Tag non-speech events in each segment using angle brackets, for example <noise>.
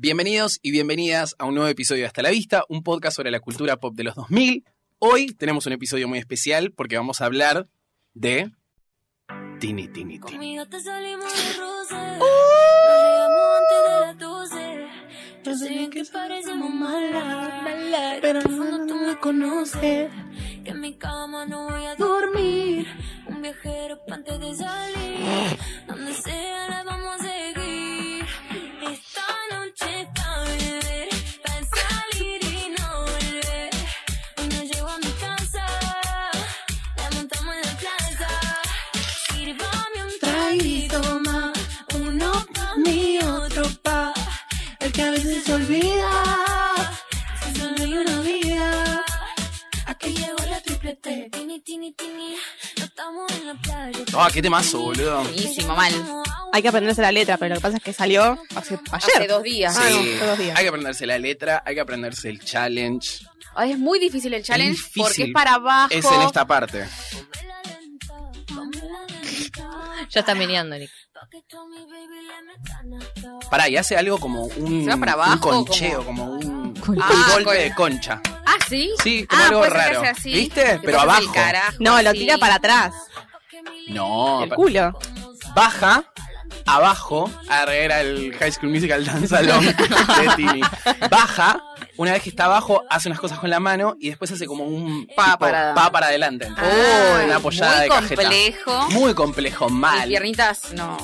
Bienvenidos y bienvenidas a un nuevo episodio de Hasta la Vista, un podcast sobre la cultura pop de los 2000. Hoy tenemos un episodio muy especial porque vamos a hablar de Tini Tini Tini. Conmigo te salimos de roce. <laughs> Nos llegamos antes de las 12. Yo sé bien que parecemos malas. pero al fondo tú me conoces. Que en mi cama no voy a dormir. Un viajero pa' antes de salir. Donde sea la vamos a seguir. Esta noche pa' beber, pa' salir y no volver. Hoy no llego a mi casa. La montamos en la plaza. Sírvame un traguito más. Uno pa' mí, otro pa' el que a veces se olvida. Si solo hay una vida. Aquí llegó la triple T. Tini, tini, tini. No estamos en la playa. Ah, qué temazo, boludo. Buenísimo, mal. Hay que aprenderse la letra, pero lo que pasa es que salió hace Hace ayer. dos días. Ah, no, Sí. todos los días. Hay que aprenderse la letra, hay que aprenderse el challenge. Ay, Ah, es muy difícil el challenge Difícil. porque es para abajo. Es en esta parte. Dámela lenta, dámela lenta. Ya está meneando, Nick. Pa' que tú a mi baby le metas nata. Pará, y hace algo como un, Se va para un abajo, concheo, como, un, un Ah, golpe con- de concha. Ah, sí. Sí, como ah, algo puede ser que raro. sea así. ¿Viste? Que Pero pase el abajo. carajo, No, lo así. tira para atrás. No, El pa- culo. baja abajo, ah, era el High School Musical Dance Salón de Tini. Baja, una vez que está abajo, hace unas cosas con la mano y después hace como un Pa tipo, para- pa para adelante. Ay, una apoyada muy de cajeta. complejo. Muy complejo, Y mal. piernitas, no.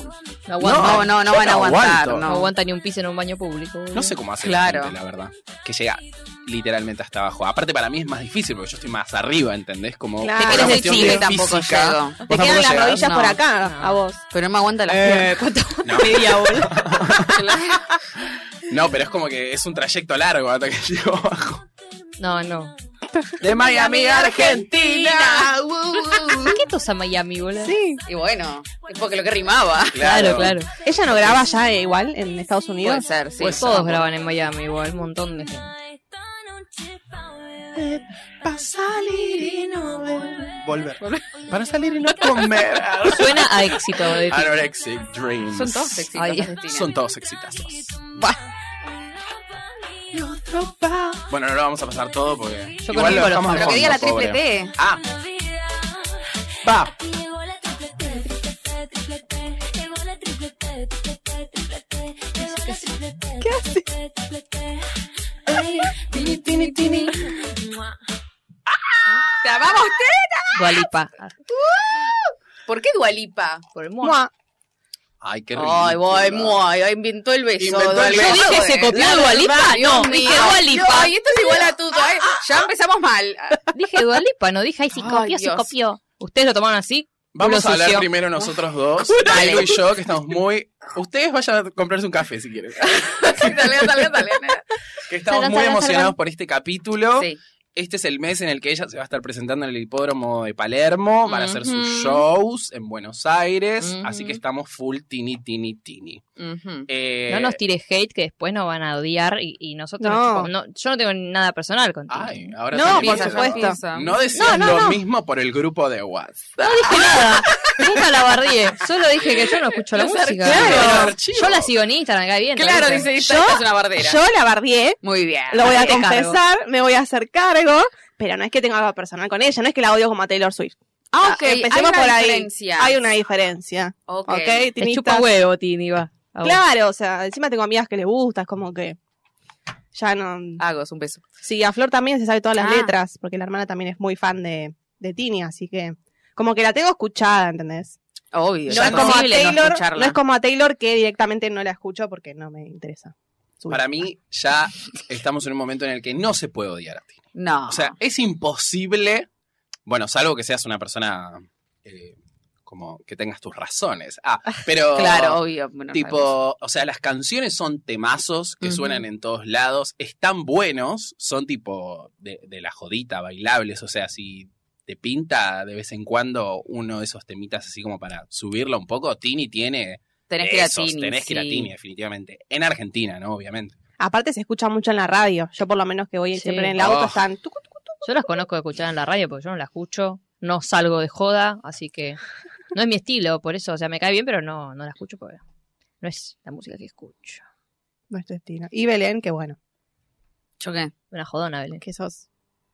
No aguanta. No, no, no, no yo van a aguantar, aguanto. no aguanta ni un piso en un baño público. boludo. No sé cómo hace Claro. la gente, la verdad. Que llega literalmente hasta abajo. Aparte, para mí es más difícil porque yo estoy más arriba, ¿entendés? Como Claro. por Te una querés cuestión decir, de tampoco física. llego. Vos Te tampoco quedan las llegás. rodillas No. por acá, a vos. Pero no me aguanta la <laughs> Eh, ¿Cuánto? Media hora. <laughs> No, pero es como que es un trayecto largo hasta que <laughs> llego abajo. No, no. De Miami, Argentina. uh, <laughs> ¿Qué tosa Miami, boludo? Sí. Y bueno, es porque lo que rimaba. Claro, claro. Ella no graba ya eh, igual en Estados Puede Unidos. ser, sí. Puede ser. Todos graban en Miami, igual. Un montón de gente. Esta noche pa' beber. Para salir y no volver. volver. Para salir y no comer. Suena a éxito <laughs> de ti. Anorexic Dreams. Son todos sexy. Ay, Son todos exitosos. Uno pa' mí. Bueno, no lo vamos a pasar todo porque. Yo igual lo conozco dejamos los- de Lo que diga la fondo, triple pobre. T. Ah, Una vida. va. Aquí llegó la triple T, triple T, triple T. Llegó la triple T, triple T, triple T. Llegó la triple T, triple T, triple T. Ay, tini, tini, tini. Mua. ¿Te amaba usted? Dualipa. ¿Por qué Dualipa? Por el mono. Mua. Ay, qué rico. Ay, boy, muy, ay, inventó el beso. Inventó el Dua Lipa. beso. Yo dije, ¿se copió de Dua Lipa? Dios No, mío. dije Dua Lipa. <laughs> No, y esto es igual a tu. ay, ya empezamos mal. Dije Dualipa, no dije, ay, si Ay, copió, si Dios. copió. Ustedes lo tomaron así. Vamos culo a hablar sucio. primero nosotros dos. Dale. Dale. y yo, que estamos muy. Ustedes vayan a comprarse un café si quieren. Sí, dale, dale, dale. Que estamos Salgan, muy salgan, emocionados salgan. por este capítulo. Sí. Este es el mes en el que ella se va a estar presentando en el hipódromo de Palermo. Van a hacer sus Ujú. shows en Buenos Aires. Ujú. Así que estamos full tini, tini, tini. Ujú. Eh, No nos tires hate que después nos van a odiar y, y nosotros. No. tipo, no- yo no tengo nada personal contigo. <laughs> Ay, ahora No, se me por empieza a- supuesto. No decían No, no, lo no. mismo por el grupo de WhatsApp. Nunca la barrié. Solo dije que yo no escucho la Los música. archivos. Los archivos. Yo la sigo en Instagram, acá bien. Claro, dice, esta Yo- esta es una bardera. Yo la bardié, Muy bien. lo voy a Te cargo. confesar, me voy a hacer cargo, pero no es que tenga algo personal con ella, no es que la odio como a Taylor Swift. Aunque Ah, Ok, empecemos hay una por ahí. diferencia. Hay una diferencia. Ok. Ok, Te tinitas. chupa huevo, Tini, va. A vos. Claro, o sea, encima tengo amigas que les gusta, es como que ya no. Hago, es un beso. Sí, a Flor también se sabe todas las Ah. letras, porque la hermana también es muy fan de, de Tini, así que como que la tengo escuchada, ¿entendés? Obvio. No ya es, como a imposible no Taylor, no, escucharla. es como a Taylor que directamente no la escucho porque no me interesa. su- Para mí, ya estamos en un momento en el que no se puede odiar a ti. No. O sea, es imposible. Bueno, salvo que seas una persona eh, como que tengas tus razones. Ah, pero. claro, obvio. bueno, sabemos. Tipo, o sea, las canciones son temazos que Ujú. suenan en todos lados, están buenos, son tipo de, de la jodita, bailables, o sea, si te pinta de vez en cuando uno de esos temitas así como para subirlo un poco, Tini tiene tenés de que ir a esos, Tini. tenés que ir a sí. Tini, definitivamente. En Argentina, ¿no? Obviamente. Aparte se escucha mucho en la radio, yo por lo menos que voy Sí. siempre en el auto Oh. están... tucu, tucu. Yo las conozco de escuchar en la radio porque yo no las escucho. No salgo de joda, así que no es mi estilo, por eso, o sea, me cae bien, pero no, no la escucho porque no es la música que escucho. no es tu destino. Y Belén, que bueno, ¿Yo qué? Una jodona, Belén. que sos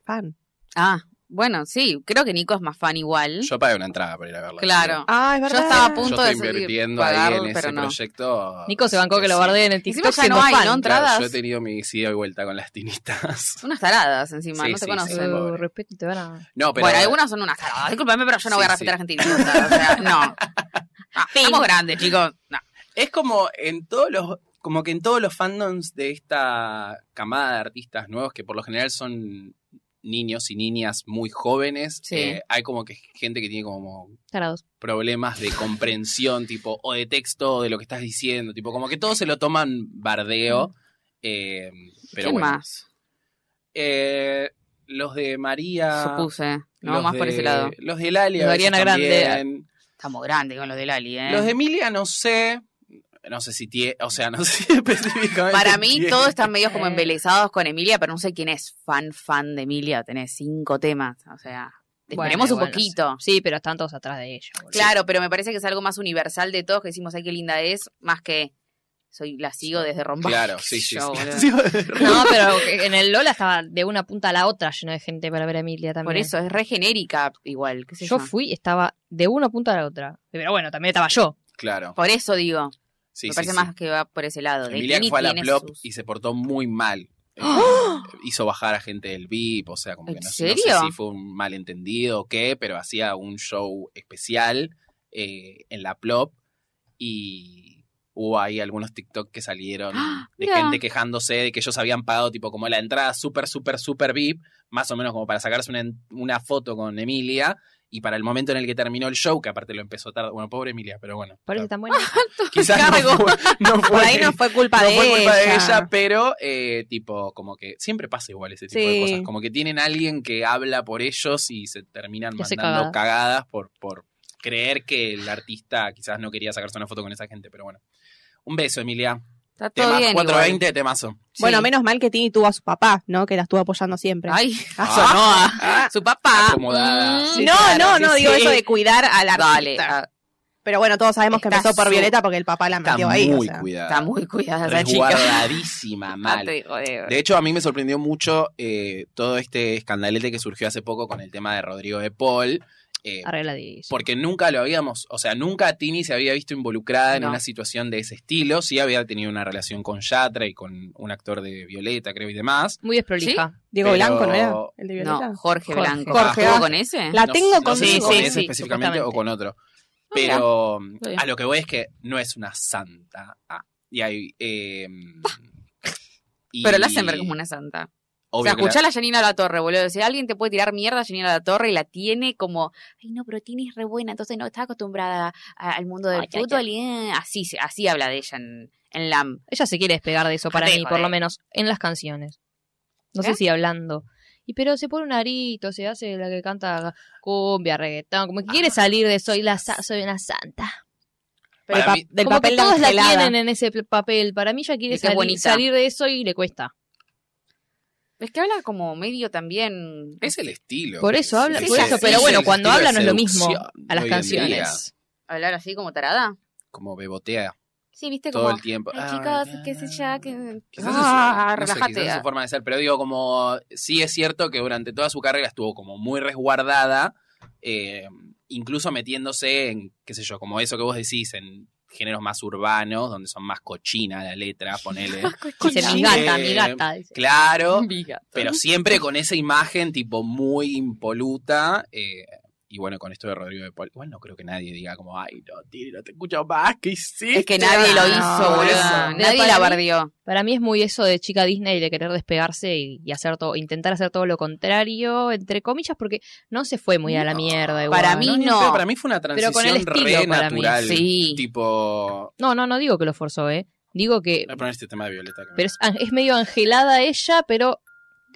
fan. Ah, bueno, sí, creo que Nico es más fan igual. Yo pagué una entrada para ir a verla. claro. Ah, es Yo verdad. estaba a Yo punto estoy de salir, invirtiendo pagar, ahí en ese pero no. proyecto. Nico se bancó que lo sí. bardeen en el Encima TikTok ya siendo no hay, fan. ¿no? Claro, entradas. yo he tenido mi ida y vuelta con las tinitas. <laughs> Unas taradas encima, Sí, no te sí, conocen. sí. Eh, pobre. respeto, te van a... No, pero. bueno, algunas son unas taradas. Disculpame, pero yo no voy a Sí, respetar a Argentina. O sea, <laughs> no. Ah, Estamos grandes, chicos. No. Es como en todos los. Como que en todos los fandoms de esta camada de artistas nuevos, que por lo general son niños y niñas muy jóvenes, Sí. eh, hay como que gente que tiene como Tarados. problemas de comprensión, tipo, o de texto, o de lo que estás diciendo, tipo, como que todos se lo toman bardeo. eh, pero ¿Quién bueno. más? Eh, los de María. Supuse. No, Ah, los más por de- ese lado. Los de Lali. a Los de veces Ariana Grande. también. Estamos grandes con los de Lali, ¿eh? Los de Emilia, no sé. No sé si tiene. O sea, no sé si <laughs> específicamente. Para mí, tiene. todos están medio <laughs> como Eh. embelezados con Emilia, pero no sé quién es fan, fan de Emilia. Tenés cinco temas, o sea, te Bueno, esperemos un igual, no poquito. Sí, pero están todos atrás de ella. boludo. Claro, pero me parece que es algo más universal de todos, que decimos, ay, qué linda es, más que soy la sigo desde Romba. Claro, <laughs> Qué sí, sé sí. yo, <laughs> boludo. sí. <laughs> No, pero que en el Lola estaba de una punta a la otra lleno de gente para ver a Emilia también. Por eso, es re genérica igual, qué sé yo. Yo fui, estaba de una punta a la otra. Pero bueno, también estaba yo. claro. Por eso digo, Sí, me sí, parece sí. más que va por ese lado. De Emilia Tini fue a la tiene plop sus- ¡Ah! y se portó muy mal. Eh, hizo bajar a gente del VIP, o sea, como que ¿En no, no serio? sé si fue un malentendido o qué, pero hacía un show especial eh, en la plop y hubo ahí algunos TikTok que salieron ¡Ah! de Mirá. gente quejándose de que ellos habían pagado tipo como la entrada súper, súper, súper VIP, más o menos como para sacarse una, en- una foto con Emilia. Y para el momento en el que terminó el show, que aparte lo empezó tarde, bueno, pobre Emilia, pero bueno. Parece tan buena. <laughs> Quizás no cargo. fue, no fue- Por ahí no fue culpa, no de, fue culpa ella. de ella, pero eh, tipo, como que siempre pasa igual ese tipo de Sí. cosas. Como que tienen alguien que habla por ellos y se terminan Y hace mandando cagadas, por, por creer que el artista quizás no quería sacarse una foto con esa gente, pero bueno. Un beso, Emilia. Está todo Tema bien. 420, temazo. Bueno, menos mal que Tini tuvo a su papá, ¿no? Que la estuvo apoyando siempre. igual. Ay, Ah. <laughs> <laughs> sonó a- su papá. Acomodada. Mm, Sí, no, no, no, digo eso de cuidar al artista. Dale, ah, Pero bueno, todos sabemos que Está empezó por su- Violeta porque el papá la Está metió ahí. o muy sea. cuidada. está muy cuidada esa chica. <laughs> resguardadísima, mal. Ah, te digo, de- De hecho, a mí me sorprendió mucho eh, todo este escandalete que surgió hace poco con el tema de Rodrigo de Paul. eh, Arregla de porque nunca lo habíamos, o sea, nunca Tini se había visto involucrada en No. una situación de ese estilo, sí había tenido una relación con Yatra y con un actor de Violeta, creo, y demás. Muy desprolija. Diego Pero- Blanco, ¿no era? El de Violeta. No, Jorge Jorge. Blanco. Jorge. ¿Estuvo con ese? La No- tengo no sé si conmigo. con Sí, ese sí, Ah, específicamente o supuestamente. con otro. mira, Pero mm, está bien. a lo que voy es que no es una santa. Ah, y hay... eh, y- Pero la hacen ver como una santa. obvio o sea, que la- escuchá a la Janina La Torre, boludo. Si alguien te puede tirar mierda a Janina La Torre y la tiene como, ay, no, pero Tini es re buena, entonces no está acostumbrada a- al mundo del Ay, ay, fútbol. y, eh, así, se- así habla de ella en, en LAM. Ella se quiere despegar de eso para Joder, mí, por lo joder. menos en las canciones. No ¿Eh? sé si hablando. Y pero se pone un arito, se hace la que canta cumbia, reggaetón, como que Ah. quiere salir de soy la sa- soy una santa. Pero Para el pa- mí- del como papel que todos la angelada. tienen en ese pl- papel. Para mí ella quiere De que es salir, bonita. salir de eso y le cuesta. Es que habla como medio también. Es el estilo. Por eso Es habla, el- por es eso, el- pero es bueno, el cuando estilo de habla no es lo mismo seducción a las hoy en día, canciones. Hablar así como tarada. Como bebotea Sí, viste todo como. el tiempo. Ay, Ah, chicos, ah, qué sé yo, que. Quizás Ah, es, no sé, relájate. quizás es su forma de ser, pero digo, como sí es cierto que durante toda su carrera estuvo como muy resguardada, eh, incluso metiéndose en, qué sé yo, como eso que vos decís, en géneros más urbanos, donde son más cochina la <laughs> letra, ponele. Dice mi gata, mi Eh, gata. dice. <laughs> Claro, Viga. pero siempre con esa imagen tipo muy impoluta. eh, y bueno, con esto de Rodrigo de Paul, igual no creo que nadie diga como, ay, no, Tini, no te escucho más, ¿qué hiciste? Es que nadie lo No, hizo, eso. boludo. Nadie Pero la para mí- bardeó. Para mí es muy eso de chica Disney de querer despegarse y, y hacer todo, intentar hacer todo lo contrario, entre comillas, porque no se fue muy a la No, mierda igual. para mí ni en no. pedo, Para mí fue una Pero transición con el estilo re para mí, natural. Sí. Tipo. No, no, no digo que lo forzó, ¿eh? Digo que. Voy a poner este tema de Violeta. que me- Pero es, an- es medio angelada ella, pero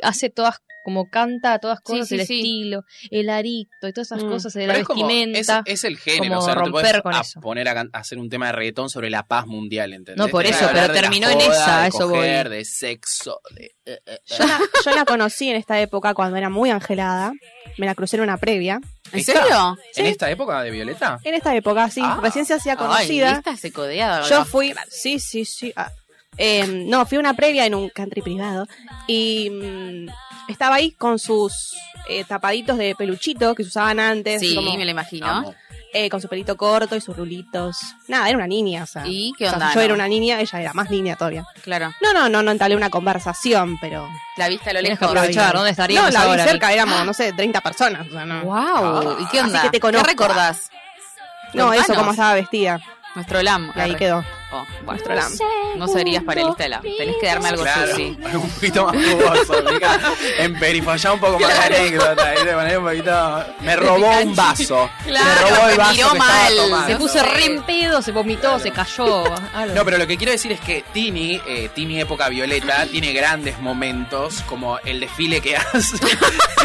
hace todas. Como canta, todas Sí, cosas, sí, el sí. estilo, el arito y todas esas Mm. cosas de Pero la es como- vestimenta. es, es el género, como o sea, no te romper puedes con a eso. poner a, can- a hacer un tema de reggaetón sobre la paz mundial, ¿entendés? No, por Tenés que eso, hablar pero de la terminó en joda, esa, de eso coger, De sexo, de... eh, eh, eh. <laughs> Yo la, yo la conocí en esta época cuando era muy angelada. Me la crucé en una previa. ¿En ¿Está? serio? ¿En esta época de Violeta? En esta época, sí. Ah. recién se hacía Ay, conocida. esta se codeaba. yo fui. Sí, sí, sí. ah. Eh, no, fui a una previa en un country privado y mm, estaba ahí con sus eh, tapaditos de peluchito que se usaban antes, Sí, como, me lo imagino. Amo. eh, con su pelito corto y sus rulitos. Nada, era una niña, o sea. ¿Y qué o sea, onda? yo no? era una niña, ella era más niña todavía. Claro. No, no, no, no entalé una conversación, pero. La vista a lo Tienes lejos. que aprovechar, ¿dónde No, estaríamos la vi ahora? cerca, éramos, no sé, 30 personas. o sea, no. Wow. ¿Y qué onda? Así que te conozco. ¿Qué recordás? No, eso Contanos. como estaba vestida. Nuestro LAM. Y ahí Arre. quedó. Oh, bueno. Nuestro LAM. No serías panelista de LAM. Tenés que darme algo Claro, sushi. <laughs> un poquito más jugoso, amiga. Emperifallá un poco más la anécdota. y de manera un poquito- Me robó un vaso. Claro, me robó me el vaso. miró que estaba mal. tomando. Se puso No sé. re en pedo, se vomitó, <laughs> se cayó. algo. No, pero lo que quiero decir es que Tini, eh, Tini época <clears throat> violeta, tiene grandes momentos, como el desfile que <laughs> hace. <laughs>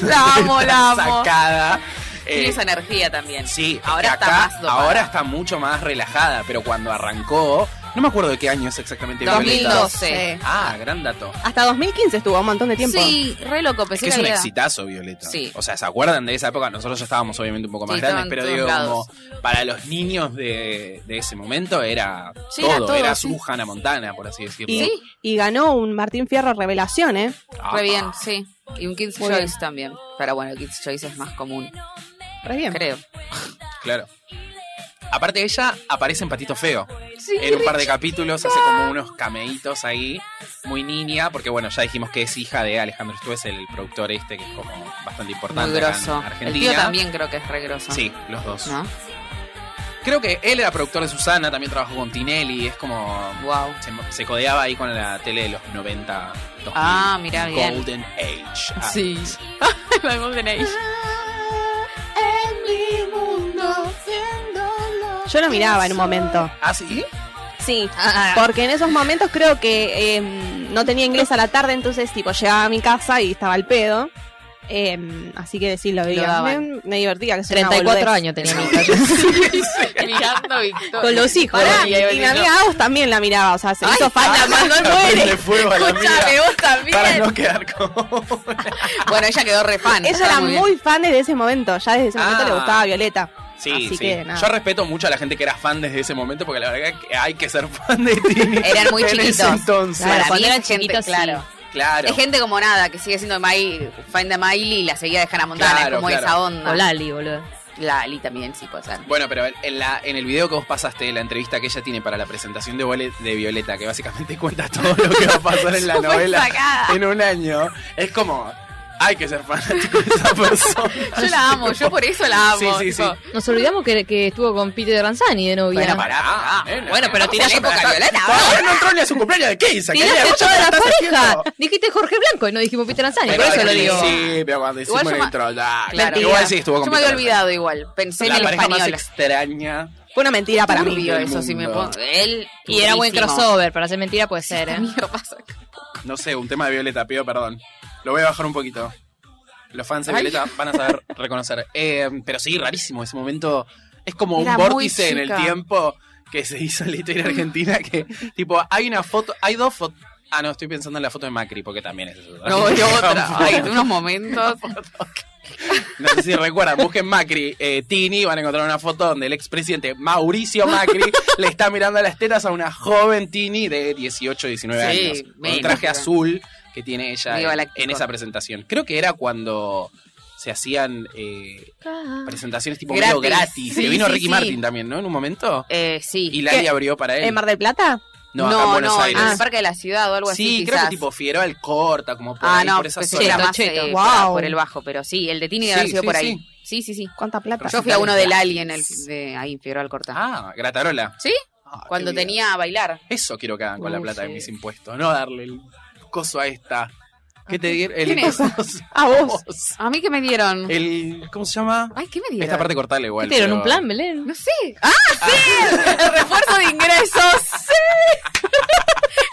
La amo, la amo. Sacada. Eh, Tiene esa energía también. sí, es Ahora que está acá más dopada. ahora está mucho más relajada, pero cuando arrancó, no me acuerdo de qué año es exactamente Violeta. 2012. Ah, gran dato. Hasta 2015 estuvo un montón de tiempo. Sí, re loco, Es pensé que es que un había- exitazo, Violeta. Sí. O sea, ¿se acuerdan de esa época? Nosotros ya estábamos obviamente un poco más Sí, grandes, estaban pero todos digo, lados. como para los niños de, de ese momento era Sí, todo, era era, todo, su sí. Hannah Montana, por así decirlo. Y, y ganó un Martín Fierro Revelación, ¿eh? Ah, Re bien, sí. Y un Kids Muy Choice bien. también. Pero bueno, Kids Choice es más común, Re bien. creo. Claro. Aparte ella aparece en Patito Feo. en un par de capítulos hace como unos cameitos ahí, muy niña, porque bueno, ya dijimos que es hija de Alejandro Estués, el productor este, que es como bastante Muy importante acá en grosso. El Argentina. tío también creo que es re grosso. Sí, los dos. ¿No? Creo que él era productor de Susana, también trabajó con Tinelli, es como... Wow. Se, se codeaba ahí con la tele de los 90, 2000. Ah, mirá, bien. Golden Age. Ah, Sí. <laughs> La Golden Age. Yo lo miraba en un momento. ¿Ah, sí? Sí. Ah, ah. Porque en esos momentos creo que eh, no tenía inglés a la tarde, entonces tipo llegaba a mi casa y estaba al pedo. Eh, así que sí, lo veía. daban. me, me divertía, que soy una 34 boludez. años tenía mi hija. Mirando Victoria. Con los hijos. Pará, y mi amiga Agos también la miraba, o sea, se hizo fan, la mandó al Ah, <laughs> Prende poder. fuego a la Escúchame, mía vos para también. no quedar como... Bueno, ella quedó re fan. Ella Está era bien. muy fan desde ese momento, ya desde ese momento Ah. le gustaba a Violeta. Sí, Así sí. que, nada. Yo respeto mucho a la gente que era fan desde ese momento porque la verdad que hay que ser fan de <laughs> Tini. <laughs> Eran muy en ese chiquitos. entonces. Claro, Para mí cuando era eran gente, chiquitos, sí. claro. Claro. Es gente como nada, que sigue siendo de Miley, fan de Miley y la seguía de Hannah Montana, Claro, es como claro. esa onda. O Lali, boludo. La Ali también, sí, puede ser. Bueno, pero en, la, en el video que vos pasaste, la entrevista que ella tiene para la presentación de, Vole- de Violeta, que básicamente <laughs> cuenta todo lo que va a pasar <laughs> en la Súper novela sacada. en un año, es como, hay que ser fanático de esa persona. <laughs> Yo la amo, yo por eso la amo. Sí, sí, tipo, sí. Nos olvidamos que, que estuvo con Peter Ranzani de novia. Bueno, pará. bueno, pero tirás tirás la época Violeta, Ahora no entró ni a su cumpleaños de 15. Tiraste querida, vos ya toda la la estás pareja. haciendo. Dijiste Jorge Blanco y no dijimos Peter Ranzani, por eso lo al digo. principio, cuando hicimos Igual yo la ma- intro, da, Claro. Igual sí estuvo Yo me había complicado. olvidado igual. Pensé la en el pareja más español. extraña. Fue una mentira para mí. Turbio del eso, si me mundo. pongo. Él. Y era buen durísimo. crossover, para ser mentira puede ser, ¿eh? Amigo, pasa. No sé, un tema de Violeta, pido perdón. Lo voy a bajar un poquito. Los fans de Ay. Violeta van a saber <laughs> reconocer. Eh, pero sí, rarísimo. Ese momento es como Era un muy vórtice en el chica. tiempo que se hizo en la historia argentina. <laughs> Que, tipo, hay una foto. Hay dos fotos. Ah, no, estoy pensando en la foto de Macri, porque también es eso. No, y <laughs> otra. Ay, en unos momentos. No sé si recuerdan, busquen Macri, eh, Tini, van a encontrar una foto donde el expresidente Mauricio <laughs> Macri le está mirando las tetas a una joven Tini de 18, 19 Sí, años. Con un menos, traje creo. azul que tiene ella Viva en, Láctico. en esa presentación. Creo que era cuando se hacían eh, presentaciones tipo Gratis. medio gratis. Sí, que vino sí, Ricky sí. Martin también, ¿no? En un momento. <laughs> Eh, sí. Y Lali ¿Qué? abrió para él. ¿En Mar del Plata? no, acá en Buenos Aires. en el parque de la ciudad o algo así. sí, creo quizás. que tipo Figueroa corta, como por, Ah, ahí, no, por esa pues zona. era más Cheto, eh, cheto. por- Wow. por el bajo, pero sí, el de Tini debe Sí, haber sido sí, por sí. ahí. Sí, sí, sí. ¿Cuánta plata? Yo fui a uno del Ali en el de ahí en Figueroa Corta. Ah, Gratarola. ¿Sí? Ah, qué cuando bien. tenía a bailar. Eso quiero que hagan con la No plata de sé. mis impuestos, no darle el coso a esta. ¿Qué te dieron? El ¿Quién es? A vos. <laughs> A mí que me <laughs> dieron. El, ¿Cómo se llama? Ay, Este ¿qué me dieron? Eh, Esta parte cortale igual. Te dieron pero- <laughs> un plan, Belén. No sé. ¡Ah, sí! El refuerzo de ingresos. ¡Sí!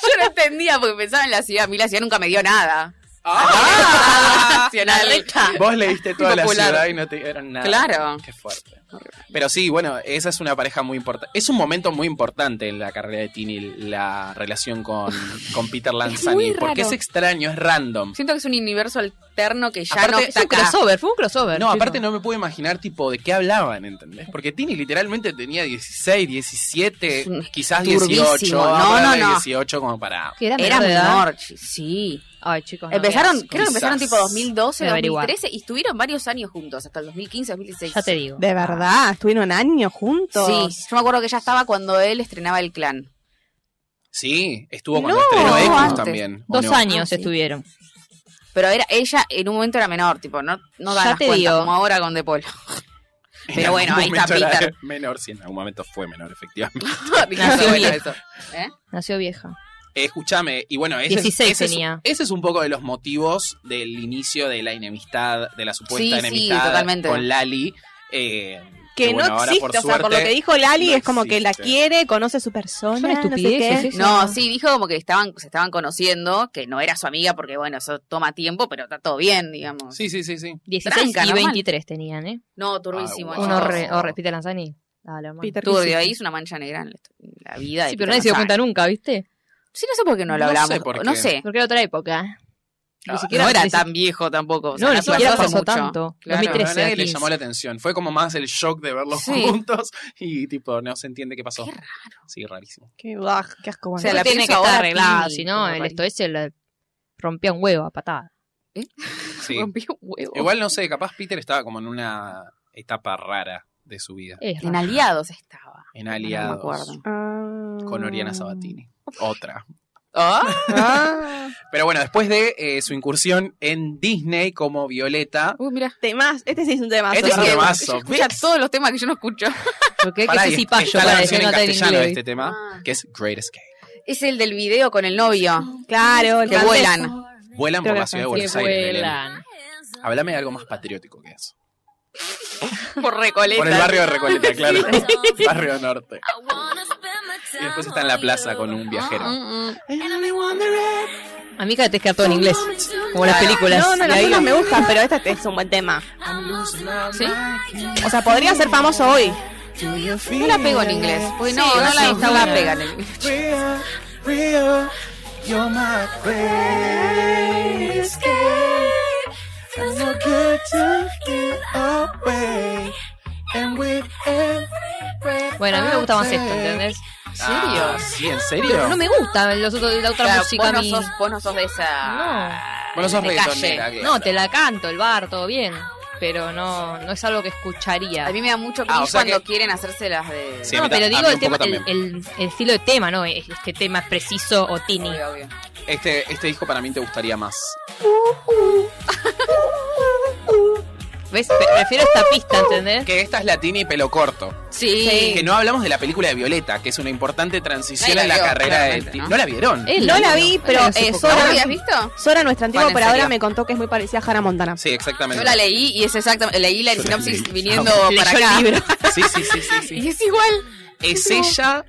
Yo no entendía porque pensaba en la ciudad. A mí la ciudad nunca me dio nada. ¡Ah! Nacional. <laughs> Vos leíiste toda Ah, la Popular. ciudad y no te dieron nada. Claro. Qué fuerte. Pero sí, bueno, esa es una pareja muy importante. Es un momento muy importante en la carrera de Tini, la relación con, con Peter Lanzani. muy Porque raro. es extraño, es random. Siento que es un universo alterno que ya Aparte, no es Es está un acá. crossover, fue un crossover. No, Sí, aparte no me puedo imaginar tipo de qué hablaban, ¿entendés? Porque Tini literalmente tenía 16, 17, Es un- quizás turbísimo. 18, No, vamos a no, darle no. 18 como para... Que era Era menor de edad. menor, ch- sí. Ay, chicos. no, Empezaron, qué asco. creo que empezaron tipo Quizás. 2012, Voy a averiguar. 2013 y estuvieron varios años juntos, hasta el 2015, 2016. Ya te digo. De verdad, estuvieron años juntos. Sí, yo me acuerdo que ella estaba cuando él estrenaba el clan. Sí, estuvo cuando No, estrenó X antes. también. ¿o Dos no? años Ah, sí. estuvieron. Pero era ella en un momento era menor, tipo, no, no dan Ya las te cuentas, digo. como ahora con <laughs> De <laughs> Polo. En Pero bueno, algún ahí está momento era Peter. Menor, sí, en algún momento fue menor, efectivamente. <laughs> Dijiste, Nació bueno, bien. eso. ¿Eh? Nació vieja. Eh, Escúchame, y bueno, ese, es- 16 ese es, tenía. ese es un poco de los motivos del inicio de la enemistad, de la supuesta Sí, sí, enemistad totalmente. con Lali. eh, Que bueno, no ahora, existe, o sea, por lo suerte, que dijo Lali, no es como que la existe. quiere, conoce a su persona, Son estupideces, no sé qué. eso. No, sí, dijo como que estaban, se estaban conociendo, que no era su amiga, porque bueno, eso toma tiempo, pero está todo bien, digamos. Sí, sí, sí, sí. 16 Tranca, y normal. 23 tenían, ¿eh? No, turbísimo. Ah, chicos. Uno re, o re- Peter Lanzani. Dale, hermano. Peter Turbio, Kissinger. ahí es una mancha negra en la, la vida. Sí, pero de Peter nadie se dio Lanzani. cuenta nunca, ¿viste? Sí, no sé por qué no lo No sé hablamos. por qué. No sé. Porque era otra época. Ni Ah, siquiera no era ni si- tan viejo tampoco. o sea, No, ni pasó siquiera hace pasó mucho. tanto. Claro. Pero a 2013 nadie a le 15. llamó la atención. Fue como más el shock de verlos Sí. juntos y tipo, no se entiende qué pasó. Qué Sí, rarísimo. Qué, baj, qué asco. O bueno. sea, la tiene que pienso estar ahora, arreglada, Tini, si no, como el París. esto ese le rompía un huevo a patada. Sí. Rompió un huevo. Igual no sé, capaz Peter estaba como en una etapa rara de su vida. Es En raro. Aliados estaba. En No me Aliados. acuerdo. Ah. con Oriana Sabatini. Otra. Ah, Ah. Pero bueno, después de eh, su incursión en Disney como Violeta. Eh, uy, mira. Ah. Temas, este sí es un tema. Este es un que- temazo. Escucha todos los temas que yo no escucho. Porque Pará, que y ese está cipayo la para versión decir en no te castellano de inglés. este tema, Ah. que es Great Escape. Es el del video con el novio. Claro, el Que francés. vuelan. Vuelan Creo por que la ciudad de Que Buenos Aires. Belén. vuelan. Háblame de algo más patriótico que eso. <laughs> Por Recoleta. Por el barrio de Recoleta, claro. Sí. barrio Norte. Y Y después está en la plaza con un viajero. Mm, mm. A mí cada vez que queda todo en inglés. Como las Claro. películas. No, no, Y las ahí- otras me gustan, pero este es un buen tema. ¿Sí? O sea, podría ser famoso hoy. No la pego en inglés. Porque no, no, la, no la pegan en inglés. Bueno, a mí me gusta más esto, ¿entendés? ¿En Ah, serio? ¿Sí? ¿En Pero serio? no me gusta los otros- la otra Claro, música a vos, mí. no sos, vos no sos de esa. Vos no sos de calle. reggaetonera, claro. No, te la canto, el bar, todo bien. Pero no, no es algo que escucharía. A mí me da mucho cringe Ah, o sea cuando que- quieren hacerse las de. Sí, a No, mí ta- pero a mí digo el, un poco tema, también. el, el- el estilo de tema, ¿no? E- Este tema es preciso o tini. Obvio, obvio. Este, este disco para mí te gustaría más. ¿Ves? Pre- Prefiero esta pista, ¿entendés? Que esta es Latina y pelo corto. Sí. Que no hablamos de la película de Violeta, que es una importante transición Nadie a la la vio, carrera de claramente, Tini. ¿no? ¿no? la vieron? Es No la lindo. vi, pero Bueno, eh, supongo- ¿No Sora, la habías visto? Sora, nuestra antigua Juan, en operadora, serio. me contó que es muy parecida a Hannah Montana. Sí, exactamente. Yo la leí y es exactamente. Leí la Yo la sinopsis leí. viniendo Leyó para el acá. libro. Sí, sí, sí, sí, sí. Y es igual. Es ella.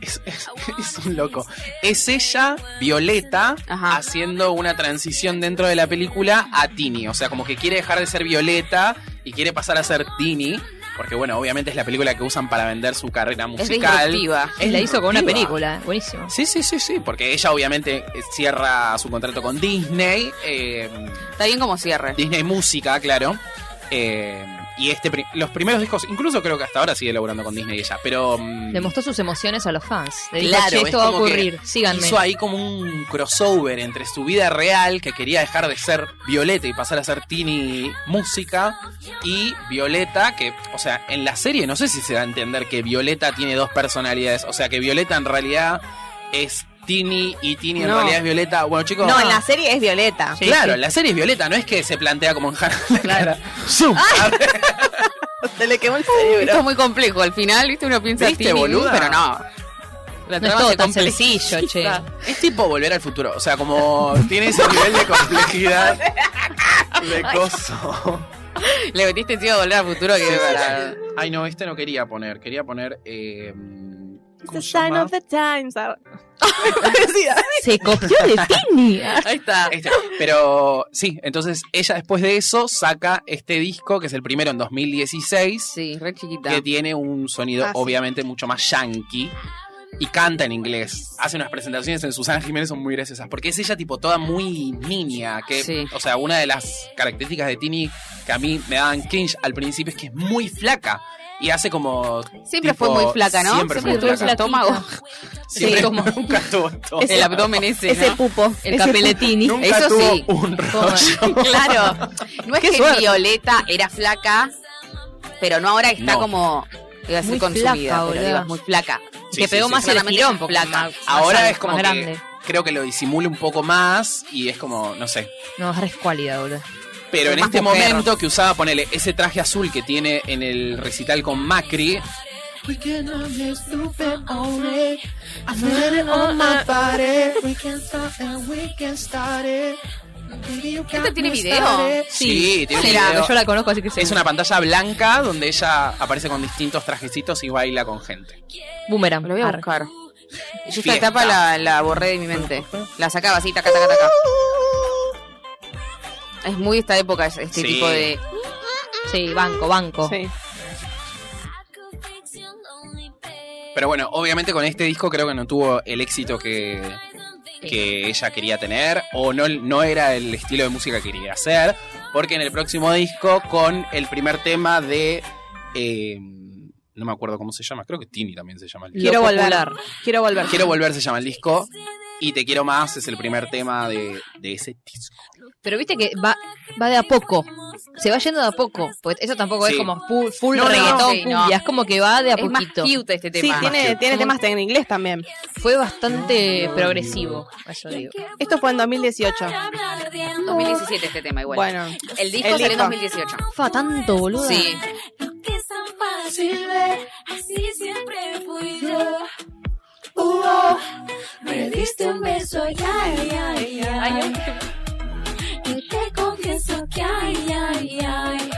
Es, es- Ah, <laughs> es un loco. Es ella, Violeta, Ajá. haciendo una transición dentro de la película a Tini. O sea, como que quiere dejar de ser Violeta y quiere pasar a ser Tini. Porque, bueno, obviamente es la película que usan para vender su carrera Es musical. disruptiva. Es la hizo con una disruptiva. película, eh, buenísimo. Sí, sí, sí, sí. Porque ella, obviamente, eh, cierra su contrato con Disney. eh, Está bien como cierre. Disney Música, claro. Eh, y este pri- los primeros discos, incluso creo que hasta ahora sigue laburando con Disney ella, pero mm, Le mostró sus emociones a los fans. Le dijo, Claro, "Che, es esto va a como que ocurrir, síganme. hizo ahí como un crossover entre su vida real, que quería dejar de ser Violeta y pasar a ser Tini Música, y Violeta, que, o sea, en la serie no sé si se da a entender que Violeta tiene dos personalidades, o sea, que Violeta en realidad es Tini y Tini en No. realidad es Violeta. Bueno, chicos, No, en la serie es Violeta. Sí, claro, sí. la serie es Violeta, no es que se plantea como en <laughs> Hannah Montana. Zoom. Se le quemó el cerebro. Esto es muy complejo. Al final, viste, uno piensa ¿Viste, "Tini", boluda? pero no. La No es trama todo se tan complica. sencillo, che. Es tipo volver al futuro. O sea, como tiene ese nivel de complejidad <laughs> de coso. Le metiste encima de volver al futuro que Sí, sí, para- sí. Ay, no, este no quería poner. Quería poner. eh, ¿Cómo The se sign llama? of the times. <laughs> Ah, parecida. Se copió de Tini. Ahí está. Este, Pero sí, entonces ella después de eso saca este disco, que es el primero en 2016, Sí, re chiquita. que tiene un sonido Ah, sí. obviamente mucho más yankee. Y canta en inglés. Hace unas presentaciones en Susana Jiménez son muy graciosas. Porque es ella tipo toda muy niña. Que, Sí. O sea, una de las características de Tini que a mí me daban cringe al principio es que es muy flaca. Y hace como... Siempre tipo, fue muy flaca, ¿no? Siempre, Siempre fue muy fue flaca. estómago. Siempre <laughs> Sí. como nunca tuvo todo. <laughs> El abdomen ese, Ese ¿no? pupo. El Ese capeletini. Nunca eso tuvo sí. un rollo. <laughs> Claro. No es Qué que suerte. Violeta era flaca, pero no ahora está No. como. Iba a decir Muy consumida, flaca, pero boluda. digo, es muy flaca. Sí, sí, Te pegó sí, más sí. el claramente estirón, porque flaca. más- más Ahora al- es como más que- grande. Creo que lo disimula un poco más y es como, no sé. No, es re escuálida, boludo. Pero en Más este mujer. momento que usaba, ponele, ese traje azul que tiene en el recital con Macri. ¿Esta tiene video? Sí, tiene Sí, un video. yo la conozco, así que Es una pantalla blanca donde ella aparece con distintos trajecitos y baila con gente. Boomerang. Lo voy a Arre. buscar. Yo esta Fiesta. etapa la, la borré de mi mente. La sacaba así, taca, taca, taca. Es muy esta época, es- este Sí. tipo de. Sí, banco, banco. Sí. Pero bueno, obviamente con este disco creo que no tuvo el éxito que, que ella quería tener o no, no era el estilo de música que quería hacer. Porque en el próximo disco, con el primer tema de. eh, no me acuerdo cómo se llama, creo que Tini también se llama el disco. Quiero volver. popular. Quiero volver. Quiero volver se llama el disco. Y Te Quiero Más es el primer tema de, de ese disco. Pero viste que va, va de a poco. Se va yendo de a poco. Pues eso tampoco Sí. es como full, full No, no, reggaetón, sí, no. cumbia. Es como que va de a Es más poquito. cute este Sí, tema. tiene, tiene Como- temas en inglés también. Fue bastante progresivo, eso digo. Esto fue en 2018. 2017 este tema igual. Bueno, el disco el salió en disco. 2018. Fa tanto, boludo. Sí. Que es tan fácil, eh, así siempre fui yo. Uh, me diste un beso, ay, ay, ay, ay. Y te confieso que, ay, ay, ay.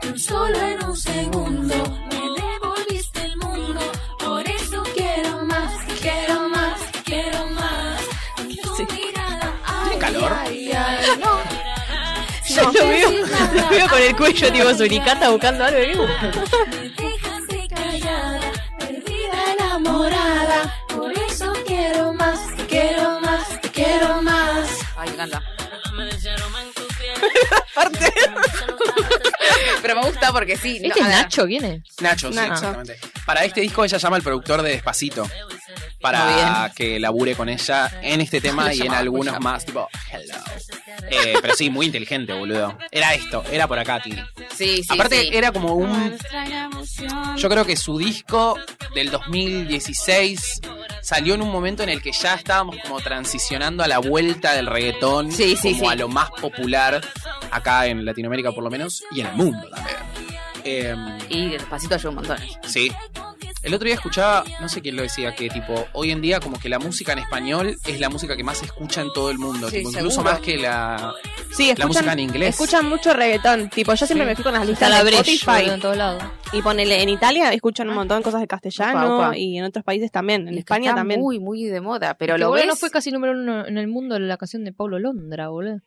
Tan solo en un segundo me devolviste el mundo. Por eso quiero más, quiero más, quiero más. Con tu mirada, ay, calor? ay, ay, no. Yo lo veo, <laughs> lo <laughs> veo con el cuello, tipo, suricata buscando algo. digo. Me dejaste callada, perdida enamorada. Por eso quiero más, te quiero más, te quiero más. Ay, me encanta. Pero me gusta porque sí. ¿Este no, es a ver, Nacho? ¿Quién es? Nacho, sí, Nacho. exactamente. Para este disco ella llama al productor de Despacito. Muy Para bien. que labure con ella en este tema Lo y en llamaba, algunos lo más, tipo, hello. Eh, pero sí, muy inteligente, boludo. Era esto, era por acá, Tini. Sí, sí. Aparte, sí. era como un. Yo creo que su disco del 2016 salió en un momento en el que ya estábamos como transicionando a la vuelta del reggaetón Sí, sí, como sí. a lo más popular acá en Latinoamérica por lo menos y en el mundo también. Em, Y despacito ayuda un montón. Sí. El otro día escuchaba, no sé quién lo decía, que tipo, hoy en día como que la música en español es la música que más se escucha en todo el mundo, Sí, tipo, incluso seguro. más que la... sí, escuchan, música en inglés. escuchan mucho reggaetón. Tipo, yo siempre me fijo en las Está listas la de Breche, boludo, en Spotify. todos lados. Y ponele, en Italia escuchan un montón de cosas de castellano Upa, upa. y en otros países también. En Es que España está también. muy, muy de moda. Pero Que, lo boludo, ves. no fue casi número uno en el mundo la canción de Pablo Londra, boludo.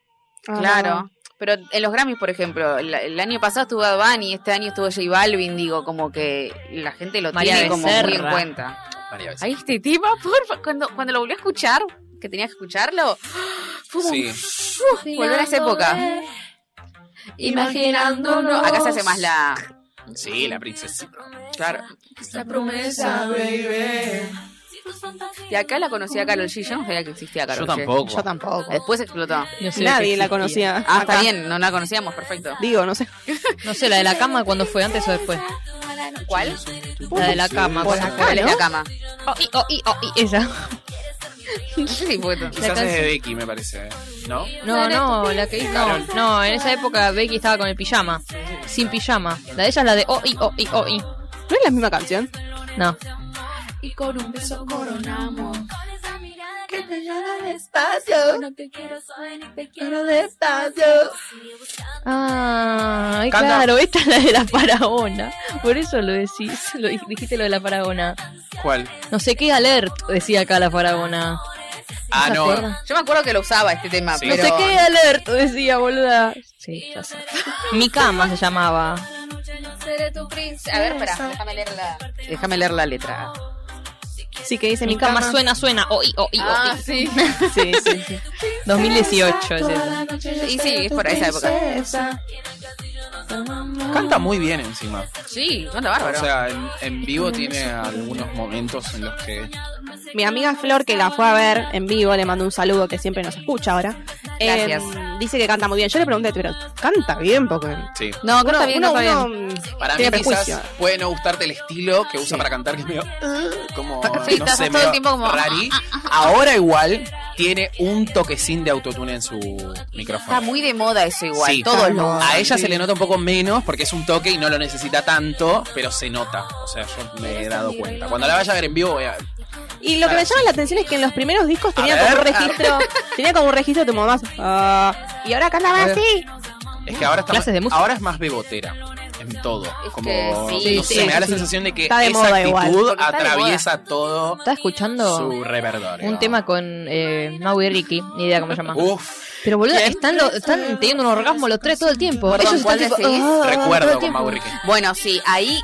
Ah, Claro. Pero en los Grammys, por ejemplo, el, el año pasado estuvo Bad Bunny, este año estuvo J Balvin, digo, como que la gente lo María tiene como muy en Becerra. cuenta. María Becerra. Ahí este tema, por fa- cuando, cuando lo volví a escuchar, que tenía que escucharlo, fue como Sí. volver a esa época. Imaginándolo. Acá se hace más la... Sí, la princesa. Claro. Esta promesa, baby. Y acá la conocí a Carol G, yo no sabía que existía Carol Yo G. tampoco. Yo tampoco. Después explotó. No sé que Nadie existía. la conocía. Ah, está acá. bien, no la conocíamos, perfecto. Digo, no sé. No sé, la de la cama cuando fue antes o después. ¿Cuál? La de la cama. Por cuando acá, fue. ¿Cuál es la cama? Oh, y, oh, y, oh, y, esa. Sí, puto. Quizás La es de Becky, me parece. ¿eh? ¿No? No, no, la que no, no, en esa época Becky estaba con el pijama, sin pijama. La de ella es la de oh y oh y oh y. ¿No es la misma canción? No. Y con un beso coronamos. Que te nada despacio. No te quiero suave ni te quiero despacio. Ah, Canta. claro, esta es la de la paragona. Por eso lo decís, lo dij- dijiste lo de la paragona. ¿Cuál? No sé qué alert decía acá la paragona. Ah, ¿Te no. acuerdas? Yo me acuerdo que lo usaba este tema, Sí. No pero sé qué alert decía, boluda. Sí, ya sé. Mi cama se llamaba. A ver, espera, déjame leer la, déjame leer la letra. Sí, que dice Mi cama suena, suena. Oí, oí, Ah, oí. sí. Sí, sí, sí. 2018 es eso. Y sí, es por esa época. Canta muy bien encima. Sí, canta O bárbaro. sea, en, en vivo tiene algunos momentos en los que. Mi amiga Flor, que la fue a ver en vivo, le mando un saludo que siempre nos escucha ahora. eh, Gracias. dice que canta muy bien. Yo le pregunté, pero canta bien porque. Sí. No, creo que bien, uno, canta bien. uno, mm, Para mí, Tiene quizás prejuicio. puede no gustarte el estilo que usa para cantar, que es medio. uh, Como. Sí, no estás sé, todo el medio tiempo como- ah, rari. Ahora igual tiene un toquecín de autotune en su micrófono. Está muy de moda eso igual, Sí. todos lo A usan. ella se le nota un poco menos porque es un toque y no lo necesita tanto, pero se nota. O sea, yo me he dado cuenta. Cuando la vaya a ver en vivo, voy a- Y lo que me llama la atención es que en los primeros discos tenía como un ver. registro. tenía como un registro de tu mamá. ah, y ahora cantaba A ver. así. es que ahora está Clases de más, música. ahora es más bebotera en todo. Como, que sí, no sí, sé, me da la sí. sensación de que Está esa de moda igual, actitud porque está de atraviesa todo Estaba escuchando su repertorio. un tema con eh, Maui y Ricky. Ni idea cómo se Uh, llama. Uf, Pero boludo, están, lo- están teniendo un orgasmo los tres todo el tiempo. Perdón, Ellos ¿cuál están tipo, decís? "Ah", todo el recuerdo con tiempo. Mauricio. Bueno, sí, ahí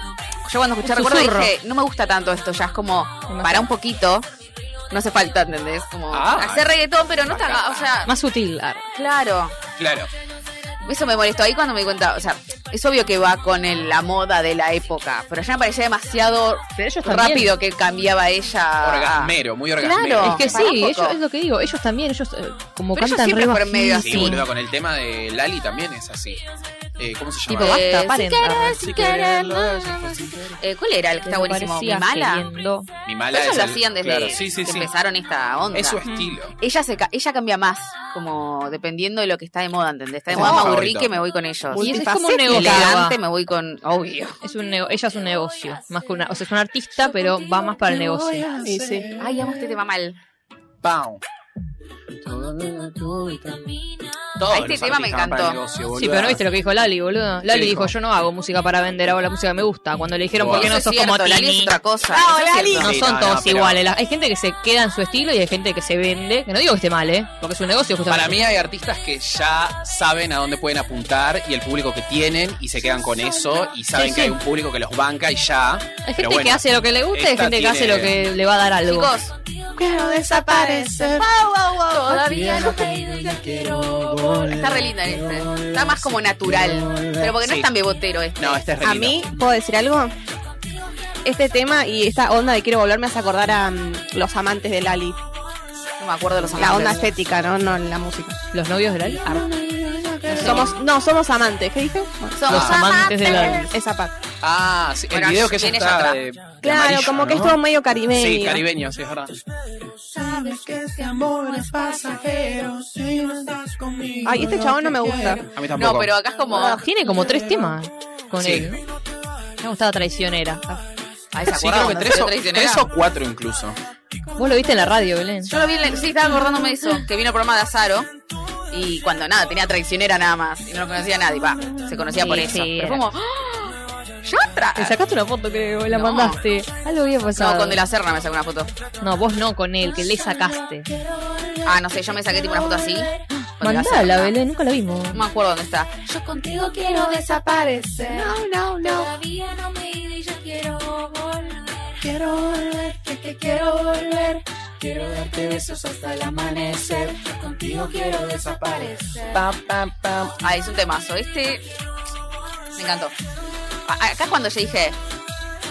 yo cuando escuché Un recuerdo susurro. dije, no me gusta tanto esto, ya es como para un poquito, no hace falta, ¿entendés? Como Ah. hacer reggaetón, pero no tan, o sea, Más sutil. ah. claro. Claro. Eso me molestó ahí cuando me di cuenta, o sea, es obvio que va con el- la moda de la época, pero ya me parecía demasiado Pero ellos también. rápido que cambiaba ella. Orgasmero, muy orgasmero. Ah. Claro. Es que Para un sí, poco. ellos, es lo que digo. Ellos también, ellos eh, como Pero ellos cantan siempre re fueron medio bajito. Sí, Sí. boludo, con el tema de Lali también es así. Eh, ¿Cómo se Tipo, llama? Eh, basta, si paren. querés, ah, si querés, Eh, ¿Cuál era el que está buenísimo? ¿Mi Desaparecías mala? queriendo. Mi mala Pero ellos es lo Ah, el- hacían desde claro, sí, sí, que sí. empezaron esta onda. Es su estilo. Ella, se ca- ella cambia más, como dependiendo de lo que está de moda, ¿entendés? Está de Ese moda es mi Maburrique, favorito. me voy con ellos. Y ese es como un Multifacética. negocio. Elegante, me voy con... Obvio. Es un nego- ella es un negocio, más que una, o sea, es una artista, pero va más para el negocio. Y sí. Ay, amo este tema mal. Pau. Todos A este los tema artistas me van para el encantó. negocio, Sí, boluda. pero no viste lo que dijo Lali, boludo. Lali dijo? dijo, yo no hago música para vender, hago la música que me gusta. Cuando le dijeron, Wow. ¿por qué no Ah. Eso sos es cierto, como Lali es Tini? otra cosa. eso es cierto. No Sí, son no, todos no, pero- iguales. La- Hay gente que se queda en su estilo y hay gente que se vende. Que no digo que esté mal, ¿eh? Porque es un negocio justamente. Para mí hay artistas que ya saben a dónde pueden apuntar y el público que tienen y se quedan con eso y saben Sí, que sí. hay un público que los banca y ya. Hay gente que hace lo que le gusta y hay esta gente que hace tiene- lo que le va a dar algo. Chicos, Quiero desaparecer. todavía no te he ido y ya quiero volver. Está re linda este. Está más como natural. Pero porque no Sí. es tan bebotero este. No, este es re A lindo. mí, ¿puedo decir algo? Este tema y esta onda de quiero volverme hace acordar a mm, los amantes de Lali. No me acuerdo los La onda amantes. estética, ¿no? No la música. Los novios de Lali. Ah, Somos, no, somos amantes. ¿Qué dije? Bueno, Somos los amantes de Lali. esa parte. Ah, sí, el Bueno, video que ella viene está ya atrás. de- de Claro, amarillo, como que ¿no? estuvo medio caribeño. Sí, caribeño, sí, es verdad. Ay, este chabón no me gusta. A mí tampoco. No, pero acá es como... Tiene como tres temas con Sí. él. ¿no? Me gustaba traicionera. Ah, Ay, ¿se Sí, creo acuerdan que cuando tres salió o, Traicionera? tres o cuatro incluso. Vos lo viste en la radio, Belén. Yo lo vi, en la- sí, estaba acordándome de eso, que vino el programa de Azaro. Y cuando nada, tenía traicionera nada más. Y no lo conocía nadie, va. Se conocía Sí, por eso. sí, era. Pero como. ¡Ah! ¡Yo atrás! Te sacaste una foto, creo, la No. mandaste. Algo había pasado. No, con De la Serna me sacó una foto. No, vos no con él, que le sacaste. Ah, no sé, yo me saqué tipo una foto así. con De La Mandala, Serna. Belén, nunca la vimos. No me acuerdo dónde está. Yo contigo quiero desaparecer. No, no, no. Todavía no me he ido y yo quiero volver. Quiero volver, que te quiero volver. Quiero darte besos hasta el amanecer. Yo contigo quiero desaparecer. Ah, es un temazo. Este. Me encantó. A- acá es cuando yo dije.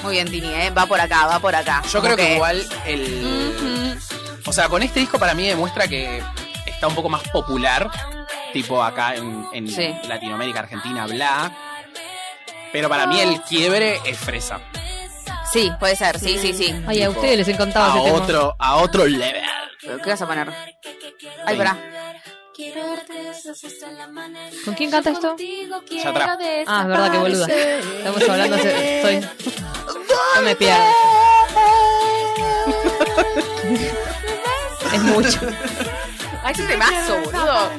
Muy bien, Tini, ¿eh? Va por acá, va por acá. Yo creo Como que igual el. O sea, con este disco para mí demuestra que está un poco más popular, tipo acá en, en Sí. Latinoamérica, Argentina, bla. Pero para mí el quiebre es fresa. Sí, puede ser, sí, sí, sí. Ay, a Tipo, ustedes les encantaba A ese tema. otro, a otro level. ¿Qué vas a poner? Ay, Sí. pará. Quiero darte besos hasta el amanecer. ¿Con quién canta esto? Ya atrás. Ah, es verdad que boluda. <laughs> Estamos hablando hace. Soy... Yo me pierdo. es mucho. Ay, ese temazo, boludo.